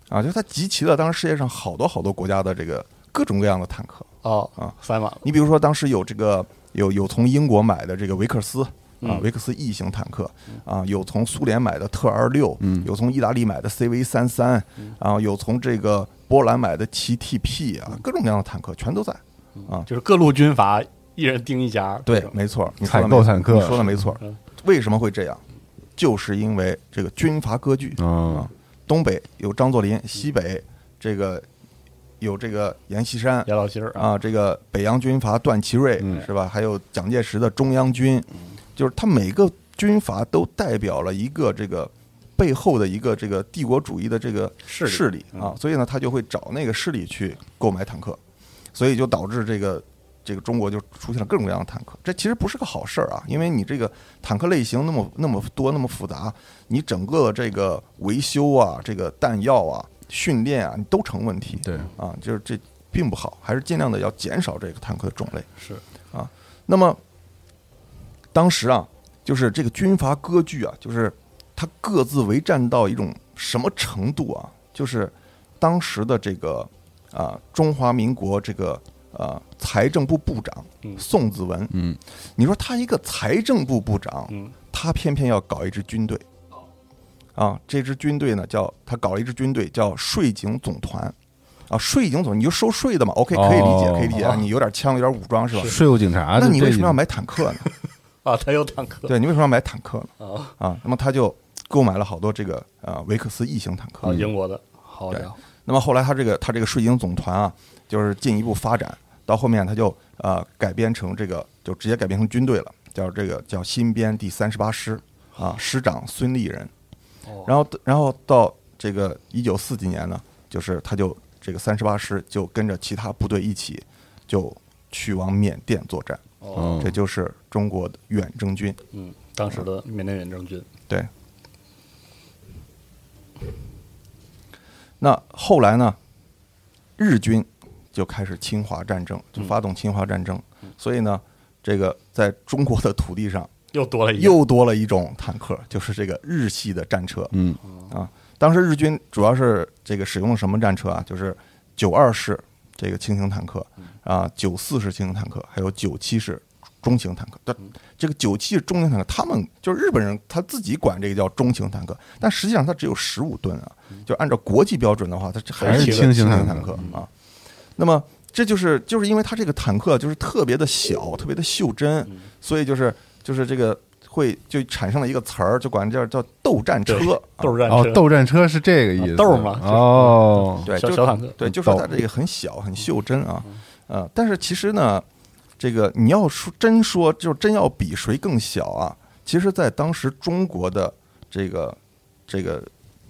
Speaker 4: 啊，就是它集齐了当时世界上好多好多国家的这个各种各样的坦克。
Speaker 2: 哦，
Speaker 4: 啊
Speaker 2: 塞满了，
Speaker 4: 你比如说，当时有这个有有从英国买的这个维克斯
Speaker 3: 嗯
Speaker 4: 啊，维克斯 E 型坦克啊，有从苏联买的特二六，
Speaker 3: 嗯
Speaker 4: 有从意大利买的 CV 三三，啊，有从这个波兰买的七 TP
Speaker 3: 嗯
Speaker 4: 啊，各种各样的坦克全都在啊。
Speaker 2: 就是各路军阀一人盯一家，
Speaker 4: 对
Speaker 2: 这种，
Speaker 4: 没错，你
Speaker 3: 采
Speaker 4: 说的
Speaker 3: 购
Speaker 4: 没
Speaker 3: 坦克
Speaker 4: 你说的没错
Speaker 2: 嗯。
Speaker 4: 为什么会这样？就是因为这个军阀割据
Speaker 3: 嗯
Speaker 4: 啊，东北有张作霖，西北这个有这个阎锡山
Speaker 2: 野老心儿啊，
Speaker 4: 啊，这个北洋军阀段祺瑞
Speaker 3: 嗯
Speaker 4: 是吧？还有蒋介石的中央军，就是他每个军阀都代表了一个这个背后的一个这个帝国主义的这个
Speaker 2: 势力嗯
Speaker 4: 势力啊，所以呢，他就会找那个势力去购买坦克，所以就导致这个这个中国就出现了各种各样的坦克。这其实不是个好事儿啊，因为你这个坦克类型那么那么多那么复杂，你整个这个维修啊、这个弹药啊、训练啊，你都成问题。
Speaker 3: 对
Speaker 4: 啊，就是这并不好，还是尽量的要减少这个坦克的种类。
Speaker 2: 是
Speaker 4: 啊，那么当时啊，就是这个军阀割据啊，就是他各自为战到一种什么程度啊？就是当时的这个啊，中华民国这个呃财政部部长宋子文，
Speaker 3: 嗯，
Speaker 4: 你说他一个财政部部长，
Speaker 2: 嗯
Speaker 4: 他偏偏要搞一支军队。啊，这支军队呢，叫他搞了一支军队，叫税警总团，啊，税警总你就收税的嘛，OK，可以理解，
Speaker 3: 哦
Speaker 4: 可以理解，啊，你有点枪，有点武装是吧？
Speaker 3: 税务警察，
Speaker 4: 那你
Speaker 3: 这
Speaker 4: 为什么要买坦克呢？
Speaker 2: 啊，他有坦克
Speaker 4: 对你为什么要买坦克呢？
Speaker 2: 啊
Speaker 4: 啊，那么他就购买了好多这个呃维克斯 E 型坦克
Speaker 2: 啊，。
Speaker 3: 嗯
Speaker 2: 英国的，好
Speaker 4: 对
Speaker 2: 家伙，
Speaker 4: 那么后来他这个他这个税警总团啊，就是进一步发展，到后面他就呃改编成这个，就直接改编成军队了，叫这个叫新编第三十八师啊，师长孙立人。然后然后到这个一九四几年呢，就是他就这个三十八师就跟着其他部队一起就去往缅甸作战，
Speaker 3: 嗯
Speaker 4: 这就是中国的远征军。
Speaker 2: 嗯，当时
Speaker 3: 啊
Speaker 2: 的缅甸远征军，
Speaker 4: 对。那后来呢，日军就开始侵华战争，就发动侵华战争，所以呢，这个在中国的土地上
Speaker 2: 又多了一个
Speaker 4: 又多了一种坦克，就是这个日系的战车。
Speaker 3: 嗯
Speaker 4: 啊，当时日军主要是这个使用了什么战车啊？就是九二式这个轻型坦克啊，九四式轻型坦克，还有九七式中型坦克。但这个九七式中型坦克，他们就是日本人他自己管这个叫中型坦克，但实际上它只有十五吨啊，就按照国际标准的话，它这
Speaker 3: 还
Speaker 4: 是
Speaker 3: 是
Speaker 4: 一个
Speaker 3: 轻
Speaker 4: 轻
Speaker 3: 型坦克
Speaker 4: 坦克啊。那么这就是就是因为它这个坦克就是特别的小，特别的袖珍，所以就是就是这个。会就产生了一个词儿，就管这叫叫斗战车
Speaker 2: 对，
Speaker 4: 啊
Speaker 2: 斗战
Speaker 3: 哦
Speaker 2: 车，
Speaker 3: 斗战车是这个意思，
Speaker 2: 啊豆儿嘛就是
Speaker 3: 哦，
Speaker 4: 对，
Speaker 2: 小
Speaker 4: 就
Speaker 2: 小坦克
Speaker 4: 对，
Speaker 3: 很
Speaker 4: 就说
Speaker 3: 逗嗯
Speaker 4: 它这个很小很袖珍啊，呃，但是其实呢，这个你要说真说，就真要比谁更小啊，其实，在当时中国的这个这个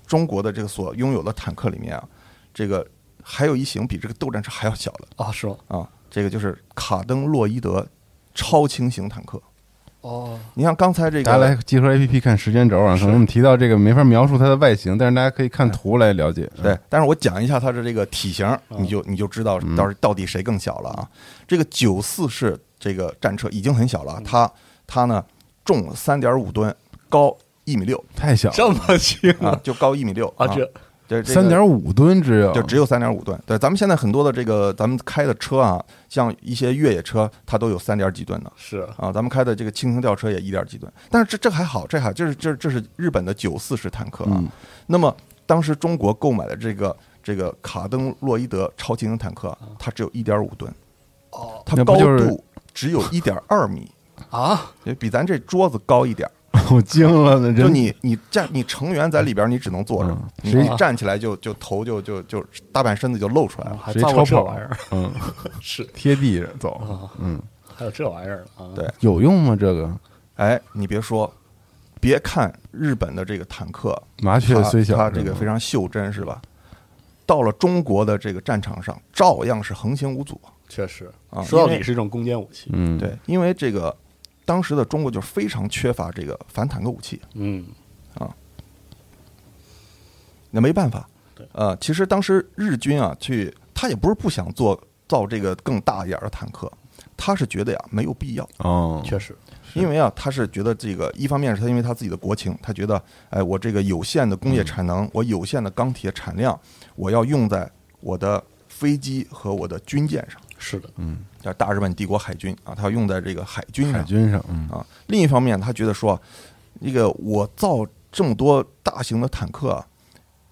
Speaker 4: 中国的这个所拥有的坦克里面啊，这个还有一型比这个斗战车还要小的
Speaker 2: 啊，是吗？
Speaker 4: 啊，这个就是卡登洛伊德超轻型坦克。
Speaker 2: 哦，
Speaker 4: 你像刚才这
Speaker 3: 大家来
Speaker 4: 个，
Speaker 3: 集合 APP 看时间轴啊，可能我们提到这个没法描述它的外形，但是大家可以看图来了解。
Speaker 4: 嗯对，但是我讲一下它的这个体型，
Speaker 3: 嗯
Speaker 4: 你就你就知道到底到底谁更小了啊。这个九四式这个战车已经很小了
Speaker 3: 嗯
Speaker 4: 啊，它它呢重三点五吨，高一米 六
Speaker 3: 太小了，
Speaker 2: 这么轻
Speaker 4: 啊，就高一米六
Speaker 2: 啊，这
Speaker 4: 这
Speaker 3: 三点五啊吨只有，
Speaker 4: 就只有三点五吨。对，咱们现在很多的这个咱们开的车啊，像一些越野车，它都有三点几吨的。
Speaker 2: 是
Speaker 4: 啊，咱们开的这个轻型吊车也一点几吨，但是这这还好，这还这是这这是日本的九四式坦克啊。
Speaker 3: 嗯
Speaker 4: 那么当时中国购买的这个这个卡登洛伊德超轻型坦克，啊它只有一点五吨，
Speaker 2: 哦
Speaker 4: 它
Speaker 3: 那不
Speaker 4: 高
Speaker 3: 就是
Speaker 4: 度只有一点二米，
Speaker 2: 啊，
Speaker 4: 也比咱这桌子高一点儿。
Speaker 3: 我惊了，那
Speaker 4: 就
Speaker 3: 真
Speaker 4: 你你站你成员在里边，你只能坐着
Speaker 3: 嗯，
Speaker 4: 你
Speaker 3: 谁
Speaker 4: 一站起来就就头就就就大半身子就露出来了。
Speaker 2: 啊还
Speaker 3: 谁
Speaker 2: 造
Speaker 3: 超
Speaker 2: 过这
Speaker 3: 跑
Speaker 2: 玩意儿，，
Speaker 3: 嗯，
Speaker 2: 是
Speaker 3: 贴地着走，
Speaker 2: 啊，
Speaker 3: 嗯，
Speaker 2: 还有这玩意儿啊，
Speaker 4: 对
Speaker 3: 有用吗？这个
Speaker 4: 哎，你别说，别看日本的这个坦克
Speaker 3: 麻雀
Speaker 4: 它
Speaker 3: 虽小，
Speaker 4: 它这个非常袖珍是吧？到了中国的这个战场上，照样是横行无阻。
Speaker 2: 确实
Speaker 4: 啊，
Speaker 2: 说到
Speaker 4: 因
Speaker 2: 底
Speaker 4: 为
Speaker 2: 是一种攻坚武器，
Speaker 3: 嗯，
Speaker 4: 对，因为这个当时的中国就是非常缺乏这个反坦克武器，
Speaker 2: 嗯，
Speaker 4: 那没办法。呃，其实当时日军啊，去他也不是不想做造这个更大一点的坦克，他是觉得呀、没有必要，
Speaker 3: 哦，
Speaker 2: 确实
Speaker 4: 因为啊，他是觉得这个一方面是他因为他自己的国情，他觉得哎，我这个有限的
Speaker 3: 嗯
Speaker 4: 工业产能，我有限的钢铁产量，我要用在我的飞机和我的军舰上。
Speaker 2: 是的，
Speaker 3: 嗯，
Speaker 4: 叫大日本帝国海军啊，它要用在这个海军
Speaker 3: 海
Speaker 4: 上。
Speaker 3: 军上，嗯
Speaker 4: 啊。另一方面，他觉得说，那个我造这么多大型的坦克啊，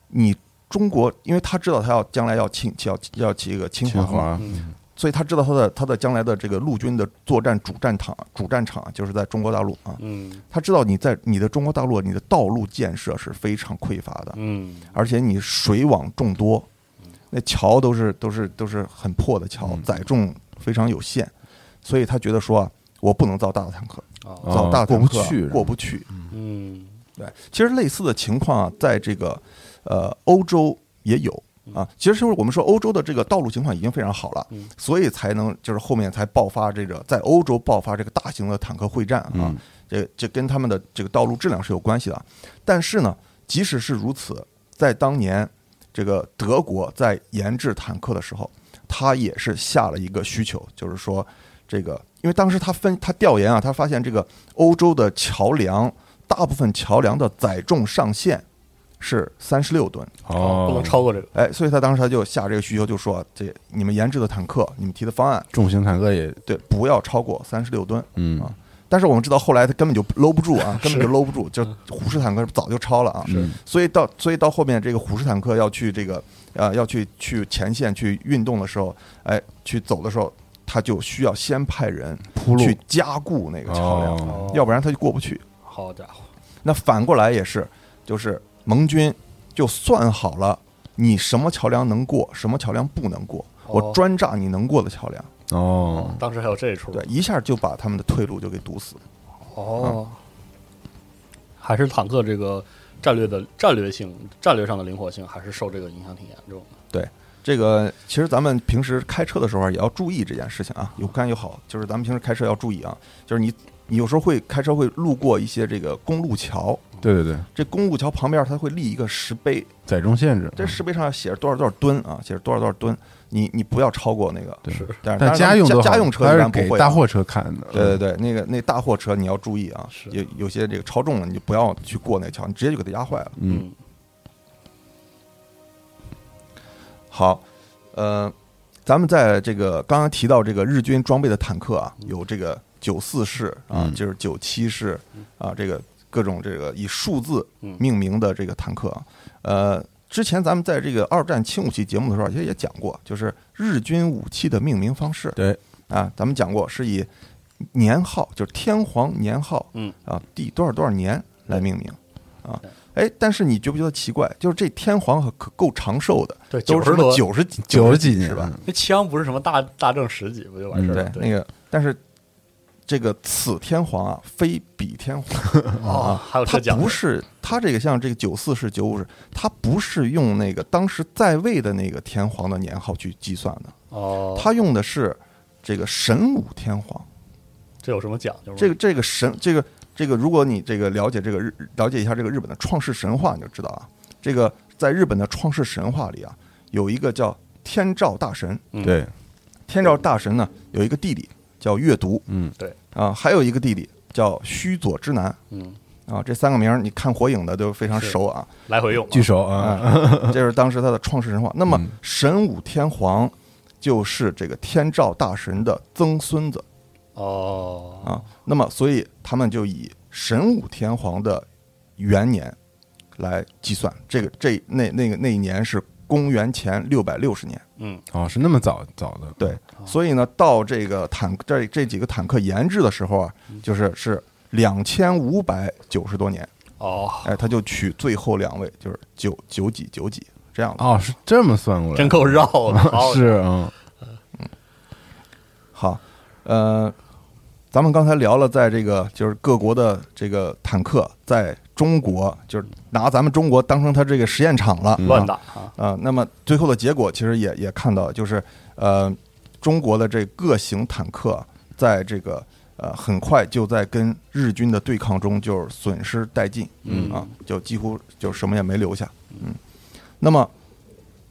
Speaker 4: 你中国，因为他知道他要将来要侵要要起一个侵华
Speaker 3: 清
Speaker 4: 嘛，
Speaker 3: 华，
Speaker 2: 嗯
Speaker 4: 所以他知道他的他的将来的这个陆军的作战主战场主战场啊就是在中国大陆啊。
Speaker 2: 嗯
Speaker 4: 他知道你在你的中国大陆，你的道路建设是非常匮乏的，
Speaker 2: 嗯
Speaker 4: 而且你水网众多，那桥都是都是都是很破的桥
Speaker 3: 嗯，
Speaker 4: 载重非常有限，所以他觉得说啊，我不能造大的坦克，
Speaker 2: 啊
Speaker 3: 哦
Speaker 4: 造大
Speaker 3: 过不
Speaker 4: 坦克
Speaker 3: 去
Speaker 4: 过不去。
Speaker 2: 嗯
Speaker 4: 对，其实类似的情况啊，在这个呃欧洲也有啊。其实我们说欧洲的这个道路情况已经非常好了
Speaker 2: 嗯，
Speaker 4: 所以才能就是后面才爆发这个在欧洲爆发这个大型的坦克会战啊
Speaker 3: 嗯。
Speaker 4: 这这跟他们的这个道路质量是有关系的啊。但是呢，即使是如此，在当年这个德国在研制坦克的时候，他也是下了一个需求，就是说这个，因为当时他分他调研啊，他发现这个欧洲的桥梁，大部分桥梁的载重上限是三十六吨，
Speaker 3: 哦
Speaker 2: 不能超过这个，
Speaker 4: 哎，所以他当时他就下这个需求，就说这你们研制的坦克，你们提的方案，
Speaker 3: 重型坦克也，
Speaker 4: 对，不要超过三十六吨。
Speaker 3: 嗯
Speaker 4: 啊但是我们知道后来他根本就搂不住啊，根本就搂不住，就虎式坦克早就超了啊。
Speaker 3: 是
Speaker 4: 所以到所以到后面这个虎式坦克要去这个呃要去去前线去运动的时候，哎，去走的时候，他就需要先派人
Speaker 3: 铺路
Speaker 4: 去加固那个桥梁，
Speaker 3: 哦
Speaker 2: 哦
Speaker 4: 嗯要不然他就过不去。
Speaker 2: 好家伙，
Speaker 4: 那反过来也是，就是盟军就算好了，你什么桥梁能过，什么桥梁不能过，
Speaker 2: 哦
Speaker 4: 我专炸你能过的桥梁，
Speaker 3: 哦，
Speaker 2: 当时还有这一出，
Speaker 4: 对，一下就把他们的退路就给堵死。
Speaker 2: 哦，
Speaker 4: 嗯
Speaker 2: 还是坦克这个战略的战略性、战略上的灵活性，还是受这个影响挺严重的。
Speaker 4: 这个其实咱们平时开车的时候啊也要注意这件事情啊，有干有好。就是咱们平时开车要注意啊，就是你你有时候会开车会路过一些这个公路桥，
Speaker 3: 对对对，
Speaker 4: 这公路桥旁边它会立一个石碑，
Speaker 3: 载重限制，
Speaker 4: 这石碑上要写着多少多少吨啊，写着多少多少吨，你你不要超过那个。
Speaker 3: 对
Speaker 2: 是
Speaker 4: 但
Speaker 3: 但
Speaker 4: 是当然
Speaker 3: 家
Speaker 4: 咱们
Speaker 3: 用都
Speaker 4: 家
Speaker 3: 好
Speaker 4: 家用车
Speaker 3: 它
Speaker 4: 一
Speaker 3: 是
Speaker 4: 般不
Speaker 3: 给
Speaker 4: 会啊
Speaker 3: 大货车看的，嗯
Speaker 4: 对对对，那个那大货车你要注意啊
Speaker 2: 是，
Speaker 4: 有有些这个超重了，你就不要去过那个桥，你直接就给它压坏了。
Speaker 3: 嗯，
Speaker 4: 好，呃，咱们在这个刚刚提到这个日军装备的坦克啊，
Speaker 2: 嗯
Speaker 4: 有这个九四式啊
Speaker 3: 嗯，
Speaker 4: 就是九七式啊，这个各种这个以数字
Speaker 2: 嗯
Speaker 4: 命名的这个坦克啊，呃。之前咱们在这个二战轻武器节目的时候，其实也讲过，就是日军武器的命名方式。
Speaker 3: 对，
Speaker 4: 啊，咱们讲过是以年号，就是天皇年号，
Speaker 2: 嗯
Speaker 4: 啊，第多少多少年来命名啊
Speaker 2: 对。
Speaker 4: 哎，但是你觉不觉得奇怪？就是这天皇可可够长寿的，
Speaker 2: 对
Speaker 4: 都是
Speaker 2: 90多
Speaker 4: 九十几
Speaker 3: 九十
Speaker 4: 十
Speaker 3: 几年
Speaker 4: 是吧？
Speaker 3: 嗯
Speaker 2: 那枪不是什么大大正十几不就完事儿
Speaker 4: 嗯对
Speaker 2: 了？，
Speaker 4: 那个，但是这个此天皇啊，非彼天皇，啊
Speaker 2: 哦，还有
Speaker 4: 他
Speaker 2: 这讲
Speaker 4: 不是他这个像这个九四式、九五式，他不是用那个当时在位的那个天皇的年号去计算的，
Speaker 2: 哦，
Speaker 4: 他用的是这个神武天皇。
Speaker 2: 这有什么讲究吗？
Speaker 4: 这个这个神这个这个，如果你这个了解这个日了解一下这个日本的创世神话，你就知道啊，这个在日本的创世神话里啊，有一个叫天照大神，
Speaker 2: 嗯
Speaker 3: 对，
Speaker 4: 天照大神呢有一个弟弟叫月读
Speaker 3: 嗯，
Speaker 2: 对，
Speaker 4: 啊，还有一个弟弟叫须佐之男
Speaker 2: 嗯，
Speaker 4: 啊，这三个名儿你看火影的都非常
Speaker 2: 是
Speaker 4: 熟啊。
Speaker 2: 来回用，
Speaker 3: 据说啊，
Speaker 4: 啊，这是当时他的创世神话。那么
Speaker 3: 嗯
Speaker 4: 神武天皇就是这个天照大神的曾孙子
Speaker 2: 哦，
Speaker 4: 啊，那么所以他们就以神武天皇的元年来计算，这个这那那个那一年是公元前六百六十年。
Speaker 2: 嗯，
Speaker 3: 哦，是那么早早的，
Speaker 4: 对，
Speaker 2: 哦
Speaker 4: 所以呢，到这个坦这这几个坦克研制的时候啊，
Speaker 2: 嗯
Speaker 4: 就是是两千五百九十多年，
Speaker 2: 哦，
Speaker 4: 哎，他就取最后两位，就是九九几九几这样的。
Speaker 3: 哦，是这么算过来的，
Speaker 2: 真够绕 的，好
Speaker 3: 是啊，
Speaker 4: 好，呃，咱们刚才聊了，在这个就是各国的这个坦克在中国，就是拿咱们中国当成它这个实验场了，
Speaker 2: 乱
Speaker 4: 啊
Speaker 2: 打啊，
Speaker 4: 啊那么最后的结果其实也也看到，就是呃，中国的这各型坦克在这个呃很快就在跟日军的对抗中就是损失殆尽，
Speaker 2: 嗯
Speaker 4: 啊，就几乎就什么也没留下，嗯。那么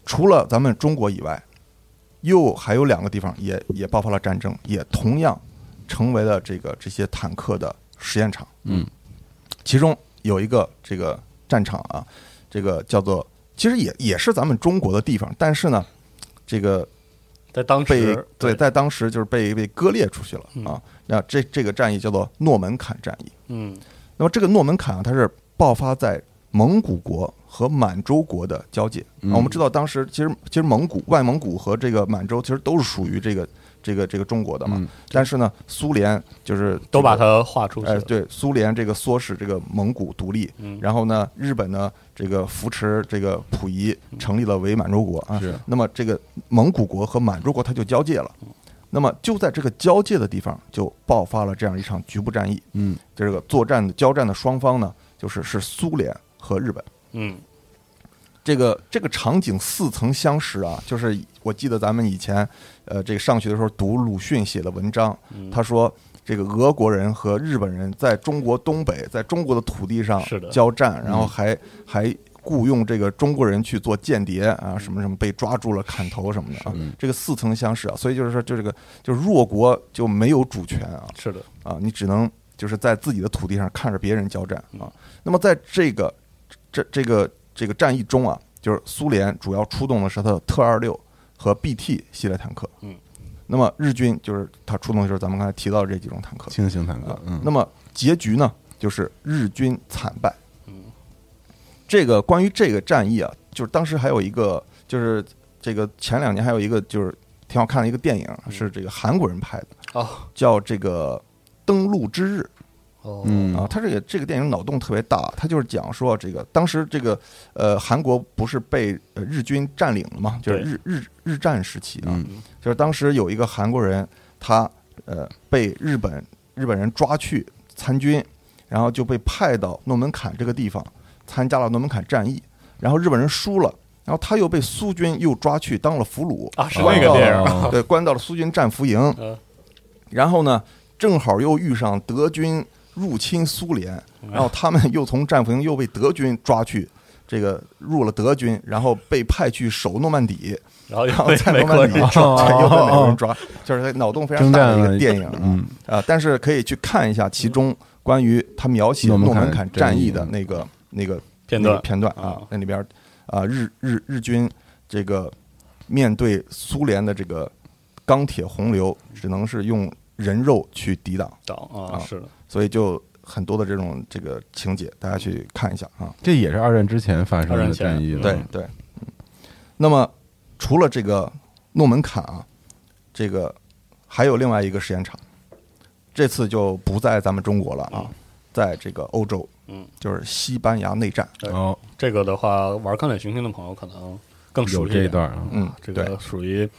Speaker 4: 除了咱们中国以外，又还有两个地方也也爆发了战争，也同样成为了这个这些坦克的实验场。
Speaker 3: 嗯，
Speaker 4: 其中有一个这个战场啊，这个叫做其实也也是咱们中国的地方，但是呢，这个
Speaker 2: 在当
Speaker 4: 被
Speaker 2: 时
Speaker 4: 对，在当时就是被被割裂出去了啊。那这这个战役叫做诺门坎战役。
Speaker 2: 嗯
Speaker 4: 那么这个诺门坎啊，它是爆发在蒙古国和满洲国的交界。
Speaker 3: 嗯
Speaker 4: 啊我们知道，当时其实其实蒙古、外蒙古和这个满洲其实都是属于这个这个这个中国的嘛。
Speaker 3: 嗯
Speaker 4: 但是呢，苏联就是、
Speaker 2: 都把。它划出去
Speaker 4: 哎，
Speaker 2: 了，
Speaker 4: 对，苏联这个唆使这个蒙古独立，
Speaker 2: 嗯
Speaker 4: 然后呢，日本呢这个扶持这个溥仪
Speaker 2: 嗯
Speaker 4: 成立了伪满洲国啊，
Speaker 3: 是
Speaker 4: 那么这个蒙古国和满洲国它就交界了，
Speaker 2: 嗯
Speaker 4: 那么就在这个交界的地方就爆发了这样一场局部战役，
Speaker 3: 嗯
Speaker 4: 这个作战的交战的双方呢，就是是苏联和日本。
Speaker 2: 嗯
Speaker 4: 这个这个场景似曾相识啊，就是我记得咱们以前，呃，这个上学的时候读鲁迅写的文章，
Speaker 2: 嗯
Speaker 4: 他说这个俄国人和日本人在中国东北，在中国的土地上
Speaker 2: 是的嗯
Speaker 4: 交战，然后还还雇佣这个中国人去做间谍啊，什么什么被抓住了砍头什么的啊，这个似曾相识啊，所以就是说，就这个就是弱国就没有主权啊，
Speaker 2: 是的，
Speaker 4: 啊，你只能就是在自己的土地上看着别人交战啊。那么在这个这这个这个战役中啊，就是苏联主要出动的是它的特二六和 BT 系列坦克，
Speaker 2: 嗯，
Speaker 4: 那么日军就是它出动的就是咱们刚才提到的这几种坦克，
Speaker 3: 轻型坦克
Speaker 4: 啊，
Speaker 3: 嗯，
Speaker 4: 那么结局呢，就是日军惨败。这个关于这个战役啊，就是当时还有一个，就是这个前两年还有一个就是挺好看的一个电影，是这个韩国人拍的，
Speaker 2: 哦
Speaker 4: 叫这个《登陆之日》。
Speaker 2: 哦
Speaker 3: 嗯
Speaker 4: 啊，他这个这个电影脑洞特别大，他就是讲说这个当时这个呃韩国不是被呃日军占领了嘛，就是
Speaker 2: 对
Speaker 4: 日日日战时期啊，
Speaker 3: 嗯
Speaker 4: 就是当时有一个韩国人，他呃被日本日本人抓去参军，然后就被派到诺门坎这个地方参加了诺门坎战役，然后日本人输了。然后他又被苏军又抓去当了俘虏
Speaker 2: 啊是
Speaker 4: 关
Speaker 2: 那个
Speaker 4: 到
Speaker 2: 电
Speaker 4: 了
Speaker 2: 影
Speaker 3: 吗
Speaker 4: 对，关到了苏军战俘营。
Speaker 2: 嗯
Speaker 4: 然后呢，正好又遇上德军入侵苏联，
Speaker 2: 嗯
Speaker 4: 然后他们又从战俘营又被德军抓去，这个入了德军，然后被派去守诺曼底，
Speaker 2: 然后
Speaker 4: 然后
Speaker 2: 又
Speaker 4: 在
Speaker 2: 被
Speaker 4: 诺
Speaker 2: 美国
Speaker 4: 曼底
Speaker 2: 人
Speaker 4: 又被
Speaker 3: 哦哦
Speaker 4: 美国人抓，就是脑洞非常大的一个电影啊、
Speaker 3: 嗯
Speaker 4: 啊！但是可以去看一下其中关于他描写
Speaker 3: 诺
Speaker 4: 诺
Speaker 3: 门坎
Speaker 4: 门坎战役的
Speaker 3: 战役
Speaker 4: 那个那个
Speaker 2: 片
Speaker 4: 那个
Speaker 2: 段
Speaker 4: 片段啊，那里边儿啊日日日军这个面对苏联的这个钢铁洪流，只能是用人肉去抵挡，
Speaker 2: 岛啊是的，
Speaker 4: 所以就很多的这种这个情节，大家去看一下啊。
Speaker 3: 这也是二战之前发生
Speaker 2: 二
Speaker 3: 的
Speaker 2: 战前
Speaker 3: 战役了，哦
Speaker 4: 对对，嗯那么除了这个诺门坎啊，这个还有另外一个实验场，这次就不在咱们中国了啊，在这个欧洲，
Speaker 2: 嗯，
Speaker 4: 就是西班牙内战，
Speaker 2: 对
Speaker 3: 哦，
Speaker 2: 这个的话玩钢铁雄心的朋友可能更熟
Speaker 3: 有
Speaker 2: 悉
Speaker 3: 这一
Speaker 2: 点
Speaker 3: 段啊，
Speaker 4: 嗯，
Speaker 2: 这
Speaker 4: 对
Speaker 2: 个属于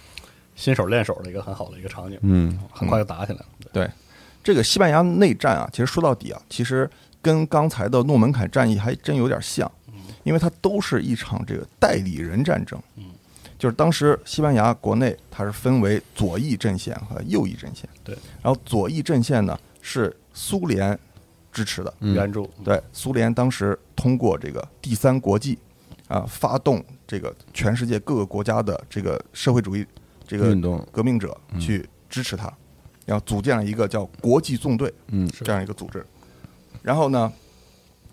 Speaker 2: 新手练手的一个很好的一个场景，
Speaker 3: 嗯
Speaker 2: 很快就打起来了。对
Speaker 4: 对，这个西班牙内战啊，其实说到底啊，其实跟刚才的诺门坎战役还真有点像，
Speaker 3: 嗯
Speaker 4: 因为它都是一场这个代理人战争。
Speaker 3: 嗯
Speaker 4: 就是当时西班牙国内它是分为左翼阵线和右翼阵线，
Speaker 2: 对，
Speaker 4: 然后左翼阵线呢是苏联支持的，
Speaker 3: 嗯
Speaker 2: 援助
Speaker 4: 对，苏联当时通过这个第三国际啊，发动这个全世界各个国家的这个社会主义这个
Speaker 3: 运动
Speaker 4: 革命者
Speaker 3: 嗯
Speaker 4: 去支持他，然后组建了一个叫国际纵队，
Speaker 3: 嗯
Speaker 4: 这样一个组织。然后呢，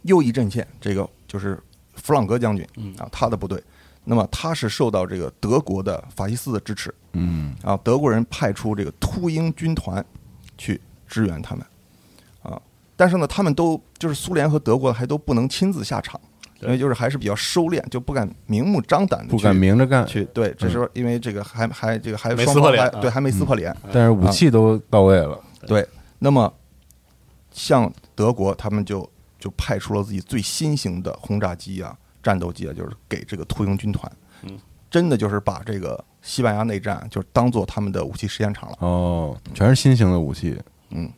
Speaker 4: 右翼阵线这个就是弗朗哥将军
Speaker 3: 嗯
Speaker 4: 啊，他的部队，那么他是受到这个德国的法西斯的支持，
Speaker 3: 嗯
Speaker 4: 啊，德国人派出这个秃鹰军团去支援他们啊。但是呢，他们都就是苏联和德国还都不能亲自下场，因为就是还是比较收敛，就不敢明目张胆的
Speaker 3: 不敢明着干，
Speaker 4: 去对，这时候因为这个还还这个还
Speaker 2: 嗯没
Speaker 4: 双
Speaker 2: 撕破
Speaker 4: 方
Speaker 2: 脸
Speaker 4: 还
Speaker 2: 啊
Speaker 4: 对还没撕破脸，
Speaker 3: 但是武器都到位了，
Speaker 4: 对，那么像德国，他们就就派出了自己最新型的轰炸机啊、战斗机啊，就是给这个秃鹰军团，
Speaker 2: 嗯
Speaker 4: 真的就是把这个西班牙内战就是当做他们的武器实验场了。
Speaker 3: 哦，全是新型的武器，
Speaker 4: 嗯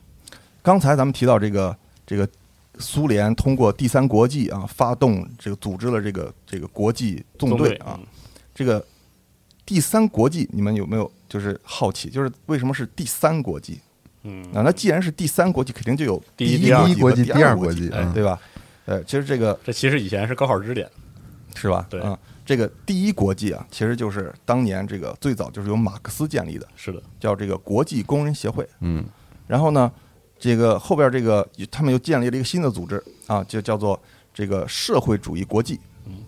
Speaker 4: 刚才咱们提到这个这个苏联通过第三国际啊发动这个组织了这个这个国际纵队啊，
Speaker 2: 嗯
Speaker 4: 这个第三国际你们有没有就是好奇，就是为什么是第三国际？
Speaker 2: 嗯
Speaker 4: 啊，那既然是第三国际，肯定就有
Speaker 2: 第一
Speaker 4: 一
Speaker 2: 第二
Speaker 4: 国
Speaker 3: 国
Speaker 4: 际
Speaker 3: 际
Speaker 4: 和
Speaker 3: 第
Speaker 4: 第
Speaker 3: 二
Speaker 4: 国
Speaker 3: 国际
Speaker 4: 哎
Speaker 3: 嗯
Speaker 4: 对吧？呃，其实这个
Speaker 2: 这其实以前是高考知识点，
Speaker 4: 是吧？
Speaker 2: 对
Speaker 4: 啊，这个第一国际啊，其实就是当年这个最早就是由马克思建立的，
Speaker 2: 是的，
Speaker 4: 叫这个国际工人协会。
Speaker 3: 嗯
Speaker 4: 然后呢，这个后边这个他们又建立了一个新的组织啊，就叫做
Speaker 2: 嗯
Speaker 4: 这个社会主义国际，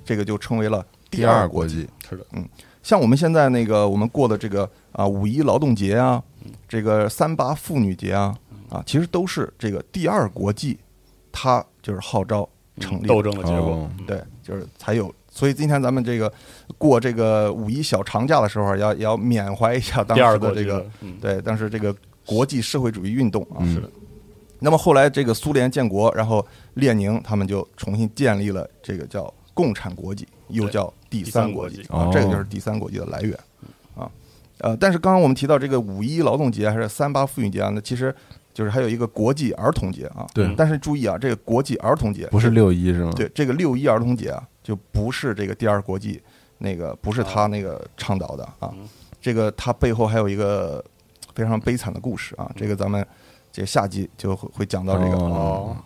Speaker 4: 这个就称为了
Speaker 3: 第
Speaker 4: 第二
Speaker 3: 国
Speaker 4: 际。
Speaker 3: 际，
Speaker 4: 嗯
Speaker 2: 是的，
Speaker 4: 像我们现在那个我们过的这个啊五一劳动节啊，
Speaker 2: 嗯
Speaker 4: 这个三八妇女节啊啊，其实都是这个第二国际，它就是号召成立
Speaker 2: 嗯斗争的结果嗯
Speaker 3: 哦。
Speaker 4: 对，就是才有。所以今天咱们这个过这个五一小长假的时候，要也要缅怀一下当
Speaker 2: 第二
Speaker 4: 时
Speaker 2: 个
Speaker 4: 的这个，
Speaker 2: 嗯，
Speaker 4: 对，当时这个国际社会主义运动啊。
Speaker 3: 嗯
Speaker 2: 哦是的
Speaker 4: 那么后来这个苏联建国，然后列宁他们就重新建立了这个叫共产国际，又叫第三国际
Speaker 2: 第
Speaker 3: 三国
Speaker 4: 啊
Speaker 3: 际，
Speaker 4: 这个就是第三国际的来源啊。呃，但是刚刚我们提到这个五一劳动节还是三八妇女节啊，那其实就是还有一个国际儿童节啊。
Speaker 3: 对
Speaker 4: 但是注意啊，这个国际儿童节
Speaker 3: 不是六一是吗？，
Speaker 4: 对，这个六一儿童节啊，就不是这个第二国际那个，不是他那个倡导的啊。这个他背后还有一个非常悲惨的故事啊。这个咱们这个下集就会会讲到这个。
Speaker 3: 哦
Speaker 2: 哦，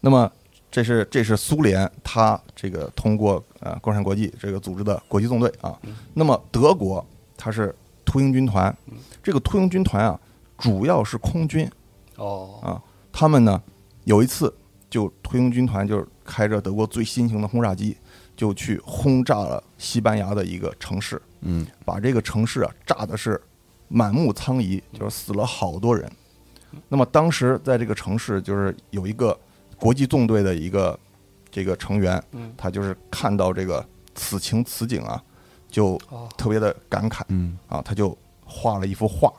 Speaker 4: 那么这是这是苏联，他这个通过呃共产国际这个组织的国际纵队啊。那么德国它是秃鹰军团，这个秃鹰军团啊，主要是空军，
Speaker 2: 哦，
Speaker 4: 啊，他们呢有一次就秃鹰军团就是开着德国最新型的轰炸机，就去轰炸了西班牙的一个城市，
Speaker 3: 嗯，
Speaker 4: 把这个城市啊炸的是满目苍夷，就是死了好多人。那么当时在这个城市就是有一个国际纵队的一个这个成员，他就是看到这个此情此景啊，就
Speaker 2: 哦
Speaker 4: 特别的感慨
Speaker 3: 嗯，
Speaker 4: 啊，他就画了一幅画，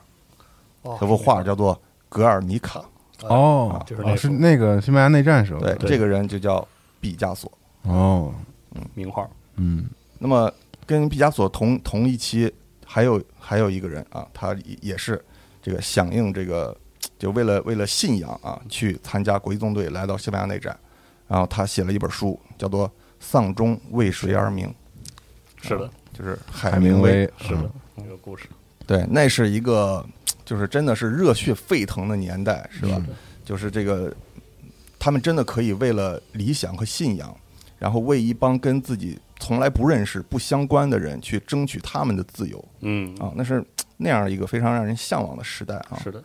Speaker 2: 哦
Speaker 4: 这啊幅画叫做《格尔尼卡》。
Speaker 3: 哦，
Speaker 2: 呃就是那
Speaker 3: 哦
Speaker 2: 个
Speaker 3: 是那个西班牙内战时候，
Speaker 4: 对，
Speaker 2: 对
Speaker 4: 这个人就叫毕加索。
Speaker 3: 哦，
Speaker 2: 名画，
Speaker 3: 嗯，
Speaker 4: 那么跟毕加索同同一期，还有还有一个人啊，他也也是这个响应这个，就为了为了信仰啊，去参加国际纵队来到西班牙内战，然后他写了一本书，叫做《丧钟为谁而鸣》，啊
Speaker 2: 是的，
Speaker 4: 就是海
Speaker 3: 海
Speaker 4: 明
Speaker 3: 明
Speaker 4: 威。
Speaker 3: 威嗯
Speaker 2: 是的，那个故事，
Speaker 4: 对，那是一个就是真的是热血沸腾的年代，是吧？
Speaker 2: 嗯
Speaker 4: 就是这个，他们真的可以为了理想和信仰，然后为一帮跟自己从来不认识、不相关的人去争取他们的自由
Speaker 2: 嗯，
Speaker 4: 啊，那是那样一个非常让人向往的时代啊。
Speaker 2: 是的，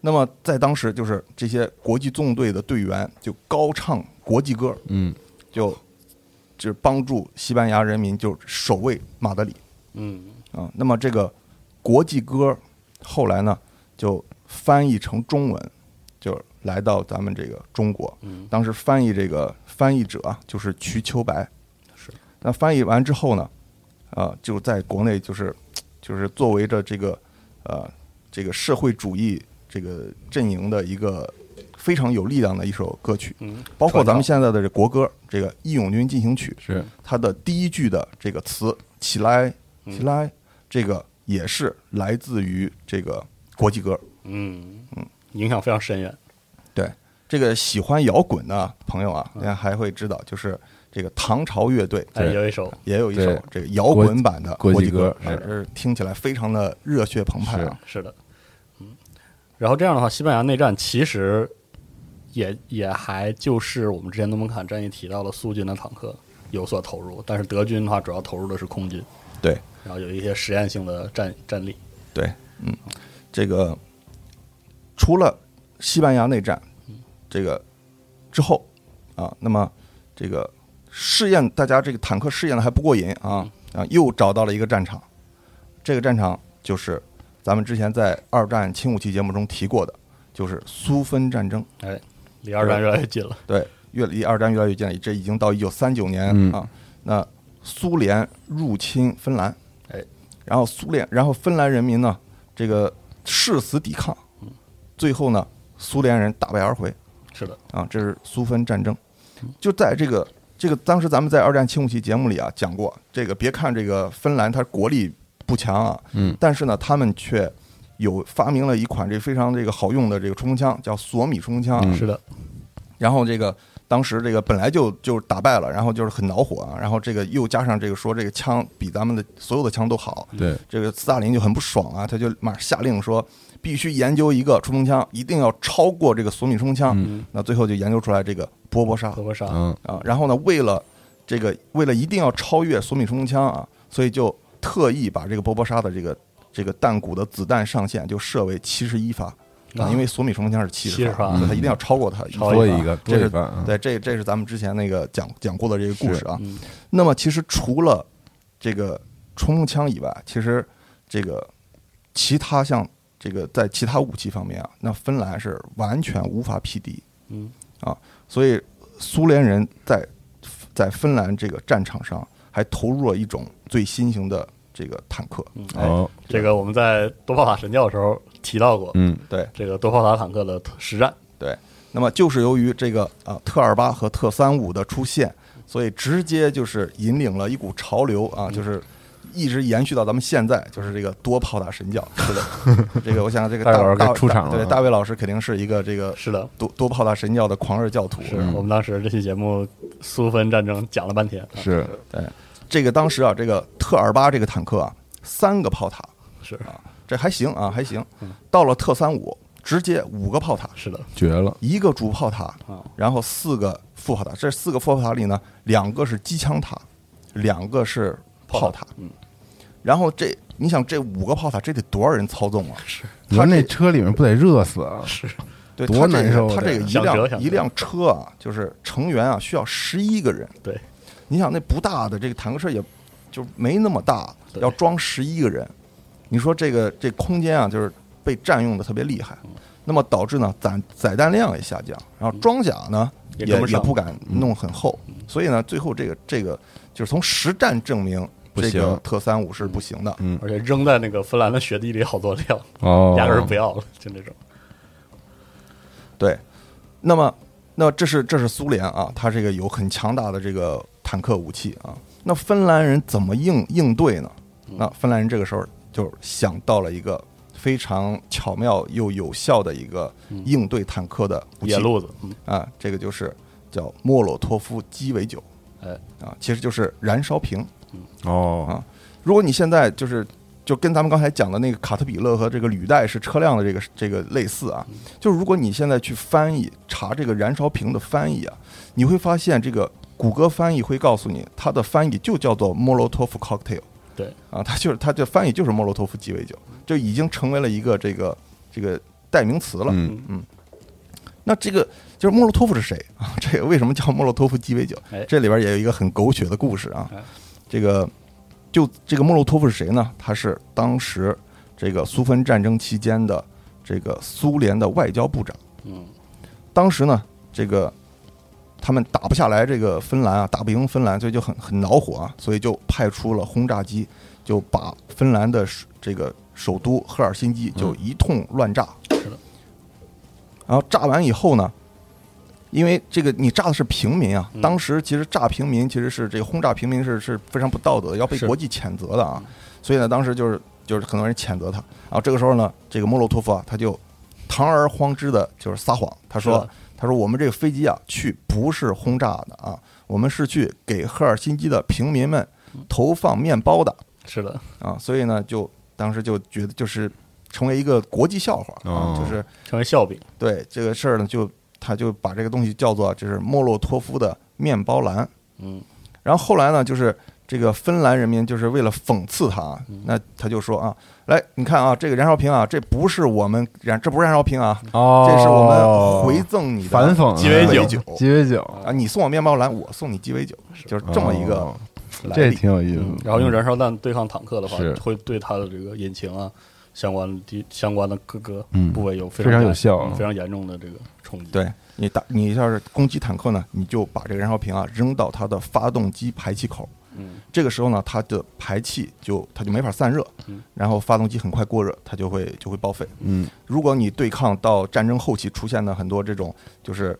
Speaker 4: 那么在当时，就是这些国际纵队的队员就高唱国际歌，
Speaker 3: 嗯，
Speaker 4: 就就是帮助西班牙人民就守卫马德里。
Speaker 2: 嗯，
Speaker 4: 啊，那么这个国际歌后来呢就翻译成中文，就来到咱们这个中国。
Speaker 2: 嗯
Speaker 4: 当时翻译这个翻译者啊就是瞿秋白，
Speaker 2: 是。
Speaker 4: 那翻译完之后呢，啊，就在国内就是就是作为着这个呃这个社会主义这个阵营的一个非常有力量的一首歌曲，
Speaker 2: 嗯，
Speaker 4: 包括
Speaker 2: 传
Speaker 4: 咱
Speaker 2: 唱
Speaker 4: 们现在的这国歌这个《义勇军进行曲》，
Speaker 3: 是，
Speaker 4: 它的第一句的这个词“起来，
Speaker 3: 嗯
Speaker 4: 起来”，这个也是来自于这个国际歌。
Speaker 2: 嗯，嗯，影响非常深远，
Speaker 4: 对，这个喜欢摇滚的朋友
Speaker 3: 嗯
Speaker 4: 啊，大家还会知道，就是这个唐朝乐队
Speaker 2: 哎，有一首，
Speaker 4: 也有一首
Speaker 3: 对
Speaker 4: 这个摇滚版的
Speaker 3: 国
Speaker 4: 国
Speaker 3: 际
Speaker 4: 际
Speaker 3: 歌
Speaker 4: 歌，啊
Speaker 3: 是
Speaker 4: 这是听起来非常的热血澎湃啊。
Speaker 2: 是的，嗯，然后这样的话，西班牙内战其实也也还就是我们之前诺门坎战役提到的苏军的坦克有所投入，但是德军的话主要投入的是空军，
Speaker 4: 对
Speaker 2: 然后有一些实验性的战战力，
Speaker 4: 对，嗯，这个除了西班牙内战这个之后啊，那么这个试验大家这个坦克试验的还不过瘾啊啊，又找到了一个战场，这个战场就是咱们之前在二战轻武器节目中提过的，就是苏芬战争。
Speaker 2: 哎，离二战越来越近了，
Speaker 4: 对，越离二战越来越近，这已经到一九三九年、
Speaker 3: 嗯
Speaker 4: 啊。那苏联入侵芬兰，
Speaker 2: 哎，
Speaker 4: 然后苏联，然后芬兰人民呢，这个誓死抵抗，最后呢，苏联人大败而回
Speaker 2: 是的，
Speaker 4: 啊，这是苏芬战争。就在这个这个当时咱们在二战轻武器节目里啊讲过，这个别看这个芬兰它国力不强啊，
Speaker 3: 嗯，
Speaker 4: 但是呢，他们却有发明了一款这非常这个好用的这个冲锋枪，叫索米冲锋枪啊，
Speaker 2: 嗯是的，
Speaker 4: 然后这个当时这个本来就就是打败了，然后就是很恼火啊，然后这个又加上这个说这个枪比咱们的所有的枪都好，
Speaker 3: 对，
Speaker 4: 这个斯大林就很不爽啊，他就马上下令说必须研究一个冲锋枪，一定要超过这个索米冲锋枪。那最后就研究出来这个波波沙
Speaker 2: 何伯沙，
Speaker 3: 嗯，
Speaker 4: 啊，然后呢，为了这个为了一定要超越索米冲锋枪啊，所以就特意把这个波波沙的这个这个弹鼓的子弹上限就设为七十一发啊，因为索米冲锋枪是七
Speaker 2: 70发
Speaker 4: 发，所以它一定要超过它一发
Speaker 3: 多一个，多
Speaker 4: 这
Speaker 3: 一
Speaker 4: 是
Speaker 3: 半，嗯
Speaker 4: 对，这这是咱们之前那个讲讲过的这个故事啊
Speaker 2: 嗯。
Speaker 4: 那么其实除了这个冲锋枪以外，其实这个其他像这个在其他武器方面啊，那芬兰是完全无法匹敌。
Speaker 2: 嗯
Speaker 4: 啊，所以苏联人在在芬兰这个战场上还投入了一种最新型的这个坦克。哎，
Speaker 3: 哦，
Speaker 2: 这个我们在多炮塔神教的时候提到过，
Speaker 3: 嗯，
Speaker 4: 对，
Speaker 2: 这个多炮塔坦克的实战，
Speaker 4: 对，那么就是由于这个啊特二八和特三五的出现，所以直接就是引领了一股潮流啊，就是一直延续到咱们现在，就是这个多炮打神教。是的，这个我想这个
Speaker 3: 大
Speaker 4: 大
Speaker 3: 卫老师
Speaker 4: 大
Speaker 3: 该出场了啊
Speaker 4: 对，大卫老师肯定是一个这个
Speaker 2: 是的。
Speaker 4: 多多炮打神教的狂热教徒。
Speaker 2: 是
Speaker 3: 嗯
Speaker 2: 我们当时这期节目苏芬战争讲了半天，啊
Speaker 3: 是
Speaker 4: 对，这个当时啊，这个特二八这个坦克啊，三个炮塔，
Speaker 2: 是
Speaker 4: 啊，这还行啊，还行。
Speaker 3: 嗯
Speaker 4: 到了特三五，直接五个炮塔，
Speaker 2: 是的，
Speaker 3: 绝了，
Speaker 4: 一个主炮塔
Speaker 2: 啊，
Speaker 4: 然后四个副炮塔。这四个副炮塔里呢，两个是机枪塔，两个是炮塔。嗯，然后这你想这五个炮塔，这得多少人操纵啊？是，
Speaker 3: 你
Speaker 4: 他
Speaker 3: 说那
Speaker 4: 这
Speaker 3: 车里面不得热死啊？
Speaker 4: 对
Speaker 3: 多
Speaker 4: 他这
Speaker 3: 难
Speaker 4: 个
Speaker 3: 受啊
Speaker 4: 他这个一
Speaker 2: 想折想
Speaker 4: 辆
Speaker 2: 折
Speaker 4: 一辆车啊，就是成员啊需要十一个人。
Speaker 2: 对，
Speaker 4: 你想那不大的这个坦克车也就没那么大，
Speaker 2: 对
Speaker 4: 要装十一个人，你说这个这空间啊，就是被占用的特别厉害，
Speaker 2: 嗯
Speaker 4: 那么导致呢载载弹量也下降，然后装甲呢
Speaker 2: 也
Speaker 4: 也
Speaker 2: 跟不上嗯
Speaker 4: 不敢弄很厚，所以呢最后这个这个就是从实战证明。
Speaker 3: 不
Speaker 4: 这个
Speaker 3: 行
Speaker 4: 特三五是不行的，
Speaker 3: 嗯
Speaker 2: 而且扔在那个芬兰的雪地里好多辆，
Speaker 3: 哦，
Speaker 2: 压根儿不要了，就那种。
Speaker 4: 对。那么，那这是这是苏联啊，它这个有很强大的这个坦克武器啊。那芬兰人怎么应应对呢？
Speaker 2: 嗯
Speaker 4: 那芬兰人这个时候就想到了一个非常巧妙又有效的一个应对坦克的武
Speaker 2: 嗯
Speaker 4: 器
Speaker 2: 野路子，嗯，
Speaker 4: 啊，这个就是叫莫洛托夫鸡尾酒
Speaker 2: 哎，
Speaker 4: 啊，其实就是燃烧瓶。
Speaker 3: 哦
Speaker 4: 啊，如果你现在就是就跟咱们刚才讲的那个卡特彼勒和这个履带是车辆的这个这个类似
Speaker 2: 嗯
Speaker 4: 啊，就是如果你现在去翻译查这个燃烧瓶的翻译啊，你会发现这个谷歌翻译会告诉你它的翻译就叫做莫洛托夫 cocktail
Speaker 2: 对，
Speaker 4: 啊，它就是它的翻译就是莫洛托夫鸡尾酒，就已经成为了一个这个这个代名词了。
Speaker 3: 嗯
Speaker 4: 那这个就是莫洛托夫是谁啊？这个为什么叫莫洛托夫鸡尾酒
Speaker 2: 哎？
Speaker 4: 这里边也有一个很狗血的故事啊
Speaker 2: 哎。
Speaker 4: 这个就这个莫洛托夫是谁呢？他是当时这个苏芬战争期间的这个苏联的外交部长。
Speaker 2: 嗯，
Speaker 4: 当时呢，这个他们打不下来这个芬兰啊，打不赢芬兰，所以就很很恼火啊，所以就派出了轰炸机，就把芬兰的首这个首都赫尔辛基就一通乱炸。
Speaker 2: 嗯的
Speaker 4: 然后炸完以后呢，因为这个你炸的是平民啊，
Speaker 2: 嗯
Speaker 4: 当时其实炸平民其实是这个轰炸平民是是非常不道德的，要被
Speaker 2: 是
Speaker 4: 国际谴责的啊。所以呢，当时就是就是很多人谴责他。然后这个时候呢，这个莫洛托夫啊，他就堂而皇之的就是撒谎，他
Speaker 2: 是
Speaker 4: 说
Speaker 2: 的
Speaker 4: 他说我们这个飞机啊去不是轰炸的啊，我们是去给赫尔辛基的平民们投放面包的
Speaker 2: 是的，
Speaker 4: 啊。所以呢，就当时就觉得就是成为一个国际笑话啊
Speaker 3: 哦，
Speaker 4: 就是
Speaker 2: 成为笑柄，
Speaker 4: 对这个事儿呢，就他就把这个东西叫做就是莫洛托夫的面包篮。
Speaker 2: 嗯，
Speaker 4: 然后后来呢，就是这个芬兰人民就是为了讽刺他啊，那他就说啊，来，你看啊，这个燃烧瓶啊，这不是我们燃，这不是燃烧瓶啊，
Speaker 3: 哦，
Speaker 4: 这是我们回赠你的
Speaker 3: 反讽啊
Speaker 2: 鸡尾酒
Speaker 3: 鸡尾酒，
Speaker 4: 啊，你送我面包篮，我送你鸡尾酒，就是这么一个
Speaker 3: 哦
Speaker 4: 来
Speaker 3: 这
Speaker 4: 历。
Speaker 3: 挺有意思
Speaker 2: 嗯
Speaker 3: 的，
Speaker 2: 然后用燃烧弹对抗坦克的话
Speaker 3: 嗯是，
Speaker 2: 会对它的这个引擎啊相关的相关的各个
Speaker 3: 嗯
Speaker 2: 部位有非
Speaker 3: 非常有
Speaker 2: 严
Speaker 3: 效啊
Speaker 2: 嗯非常严重的这个冲击。，
Speaker 4: 对你打你要是攻击坦克呢，你就把这个燃烧瓶啊扔到它的发动机排气口，
Speaker 2: 嗯，
Speaker 4: 这个时候呢，它的排气就它就没法散热
Speaker 2: 嗯，
Speaker 4: 然后发动机很快过热，它就会就会报废。
Speaker 3: 嗯
Speaker 4: 如果你对抗到战争后期出现的很多这种就是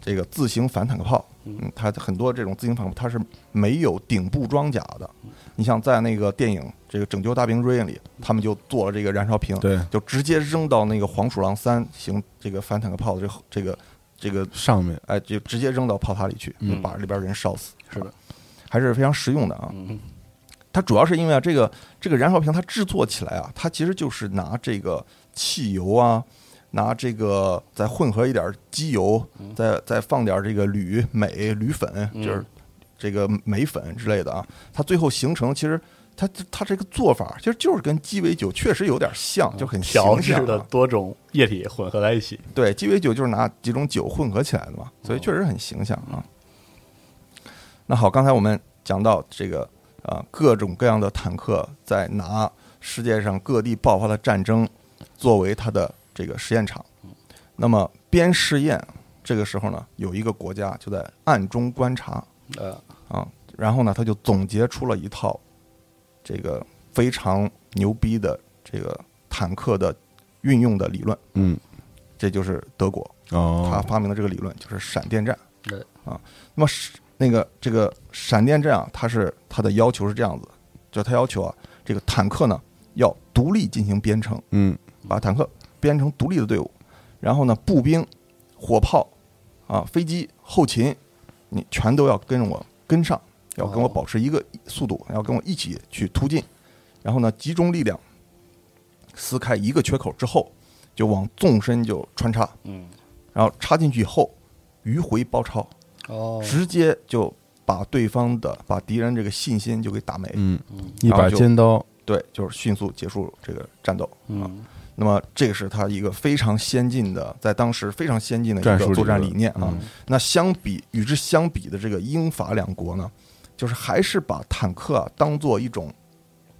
Speaker 4: 这个自行反坦克炮，嗯，它很多这种自行反坦克炮它是没有顶部装甲的。你像在那个电影《这个拯救大兵瑞恩》里，他们就做了这个燃烧瓶，
Speaker 3: 对
Speaker 4: 就直接扔到那个黄鼠狼三型这个反坦克炮的这个这个这个
Speaker 3: 上面
Speaker 4: 哎，就直接扔到炮塔里去，
Speaker 2: 嗯
Speaker 4: 就把里边人烧死。
Speaker 2: 是的，
Speaker 4: 还是非常实用的啊。
Speaker 2: 嗯
Speaker 4: 它主要是因为啊，这个这个燃烧瓶它制作起来啊，它其实就是拿这个汽油啊，拿这个再混合一点机油，
Speaker 2: 嗯
Speaker 4: 再再放点这个铝镁、铝粉，就是这个镁粉之类的啊。它最后形成其实。它它这个做法其实就是跟鸡尾酒确实有点像，就很
Speaker 2: 调
Speaker 4: 形
Speaker 2: 制
Speaker 4: 象啊
Speaker 2: 的多种液体混合在一起，
Speaker 4: 对，鸡尾酒就是拿几种酒混合起来的嘛，所以确实很形象啊。那好，刚才我们讲到这个啊，各种各样的坦克在拿世界上各地爆发的战争作为它的这个实验场。那么边试验，这个时候呢，有一个国家就在暗中观察
Speaker 2: 呃，
Speaker 4: 啊，然后呢，他就总结出了一套这个非常牛逼的这个坦克的运用的理论，
Speaker 3: 嗯，
Speaker 4: 这就是德国。他
Speaker 3: 哦，
Speaker 4: 发明的这个理论就是闪电战
Speaker 2: 对。
Speaker 4: 啊，那么是那个这个闪电战啊，它是它的要求是这样子，就它要求啊，这个坦克呢要独立进行编程，
Speaker 3: 嗯
Speaker 4: 把坦克编成独立的队伍，然后呢，步兵、火炮啊、飞机、后勤，你全都要跟我跟上，要跟我
Speaker 2: 哦
Speaker 4: 保持一个速度，要跟我一起去突进，然后呢，集中力量撕开一个缺口之后，就往纵深就穿插，
Speaker 2: 嗯，
Speaker 4: 然后插进去以后，迂回包抄，
Speaker 2: 哦，
Speaker 4: 直接就把对方的把敌人这个信心就给打没，
Speaker 3: 嗯，
Speaker 2: 嗯
Speaker 3: 一把尖刀，
Speaker 4: 对，就是迅速结束这个战斗。
Speaker 2: 嗯
Speaker 4: 那么这个是他一个非常先进的，在当时非常先进的一
Speaker 3: 战术
Speaker 4: 个
Speaker 3: 理
Speaker 4: 作战
Speaker 3: 论
Speaker 4: 理念啊
Speaker 3: 嗯。
Speaker 4: 那相比与之相比的这个英法两国呢，就是还是把坦克啊当做一种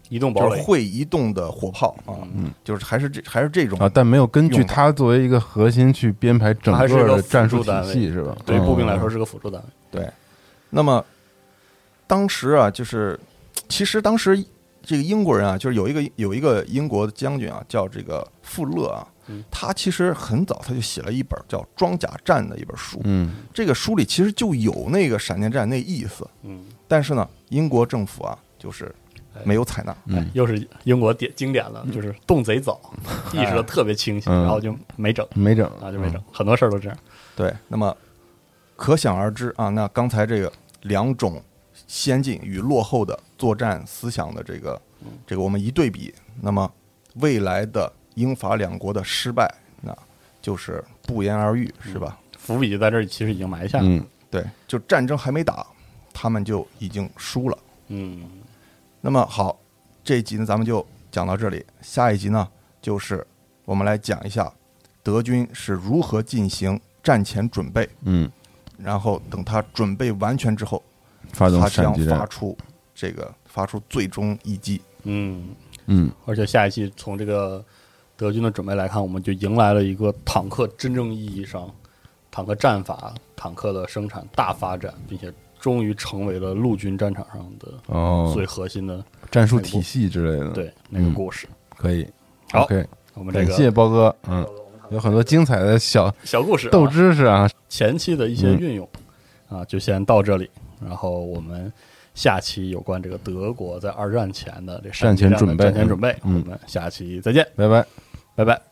Speaker 2: 移动堡
Speaker 4: 就是
Speaker 2: 垒，嗯
Speaker 4: 会移动的火炮啊，就是还是这还是这种
Speaker 3: 嗯啊，但没有根据
Speaker 4: 用的
Speaker 3: 它作为一个核心去编排整
Speaker 2: 它还是一个
Speaker 3: 的战
Speaker 2: 辅
Speaker 3: 术
Speaker 2: 助单
Speaker 3: 体
Speaker 2: 位
Speaker 3: 系，是吧？
Speaker 2: 对于步兵来
Speaker 3: 嗯
Speaker 2: 说是个辅助单位。
Speaker 4: 对，那么当时啊，就是其实当时这个英国人啊，就是有一个有一个英国的将军啊，叫这个富勒啊，
Speaker 2: 嗯
Speaker 4: 他其实很早他就写了一本叫《装甲战》的一本书，
Speaker 3: 嗯
Speaker 4: 这个书里其实就有那个闪电战那意思，
Speaker 2: 嗯，
Speaker 4: 但是呢，英国政府啊，就是没有采纳。
Speaker 2: 哎，
Speaker 3: 嗯
Speaker 2: 又是英国典经典了，就是动贼早，意识的特别清晰，
Speaker 3: 嗯
Speaker 2: 然后就没整
Speaker 3: 没整
Speaker 2: 啊，就没整，很多事儿都这样。
Speaker 4: 对，那么可想而知啊，那刚才这个两种先进与落后的作战思想的这个
Speaker 2: 嗯
Speaker 4: 这个我们一对比，那么未来的英法两国的失败，那就是不言而喻，是吧？
Speaker 2: 伏笔就在这儿，其实已经埋下了。
Speaker 3: 嗯
Speaker 4: 对，就战争还没打，他们就已经输了。
Speaker 2: 嗯，
Speaker 4: 那么好，这一集呢咱们就讲到这里，下一集呢就是我们来讲一下德军是如何进行战前准备，
Speaker 3: 嗯，
Speaker 4: 然后等他准备完全之后，
Speaker 3: 发动
Speaker 4: 他
Speaker 3: 闪
Speaker 4: 将
Speaker 3: 击
Speaker 4: 发
Speaker 3: 战，
Speaker 4: 出这个发出最终一击。
Speaker 2: 嗯，
Speaker 3: 嗯
Speaker 2: 而且下一期从这个德军的准备来看，我们就迎来了一个坦克真正意义上坦克战法、坦克的生产大发展，并且终于成为了陆军战场上的
Speaker 3: 哦，
Speaker 2: 最核心的
Speaker 3: 战术体系之类的，，
Speaker 2: 对那个故事。
Speaker 3: 可以。
Speaker 2: 好
Speaker 3: o k
Speaker 2: 我们这
Speaker 3: 嗯感谢
Speaker 2: 个
Speaker 3: 包哥，嗯，有很多精彩的小
Speaker 2: 小故事啊
Speaker 3: 豆知识啊，
Speaker 2: 前期的一些运用、啊，就先到这里。然后我们下期有关这个德国在二战前的这闪击
Speaker 3: 战前
Speaker 2: 战的
Speaker 3: 准备
Speaker 2: 战前准备，
Speaker 3: 嗯
Speaker 2: 我们下期再见，
Speaker 3: 拜拜。
Speaker 2: 拜拜。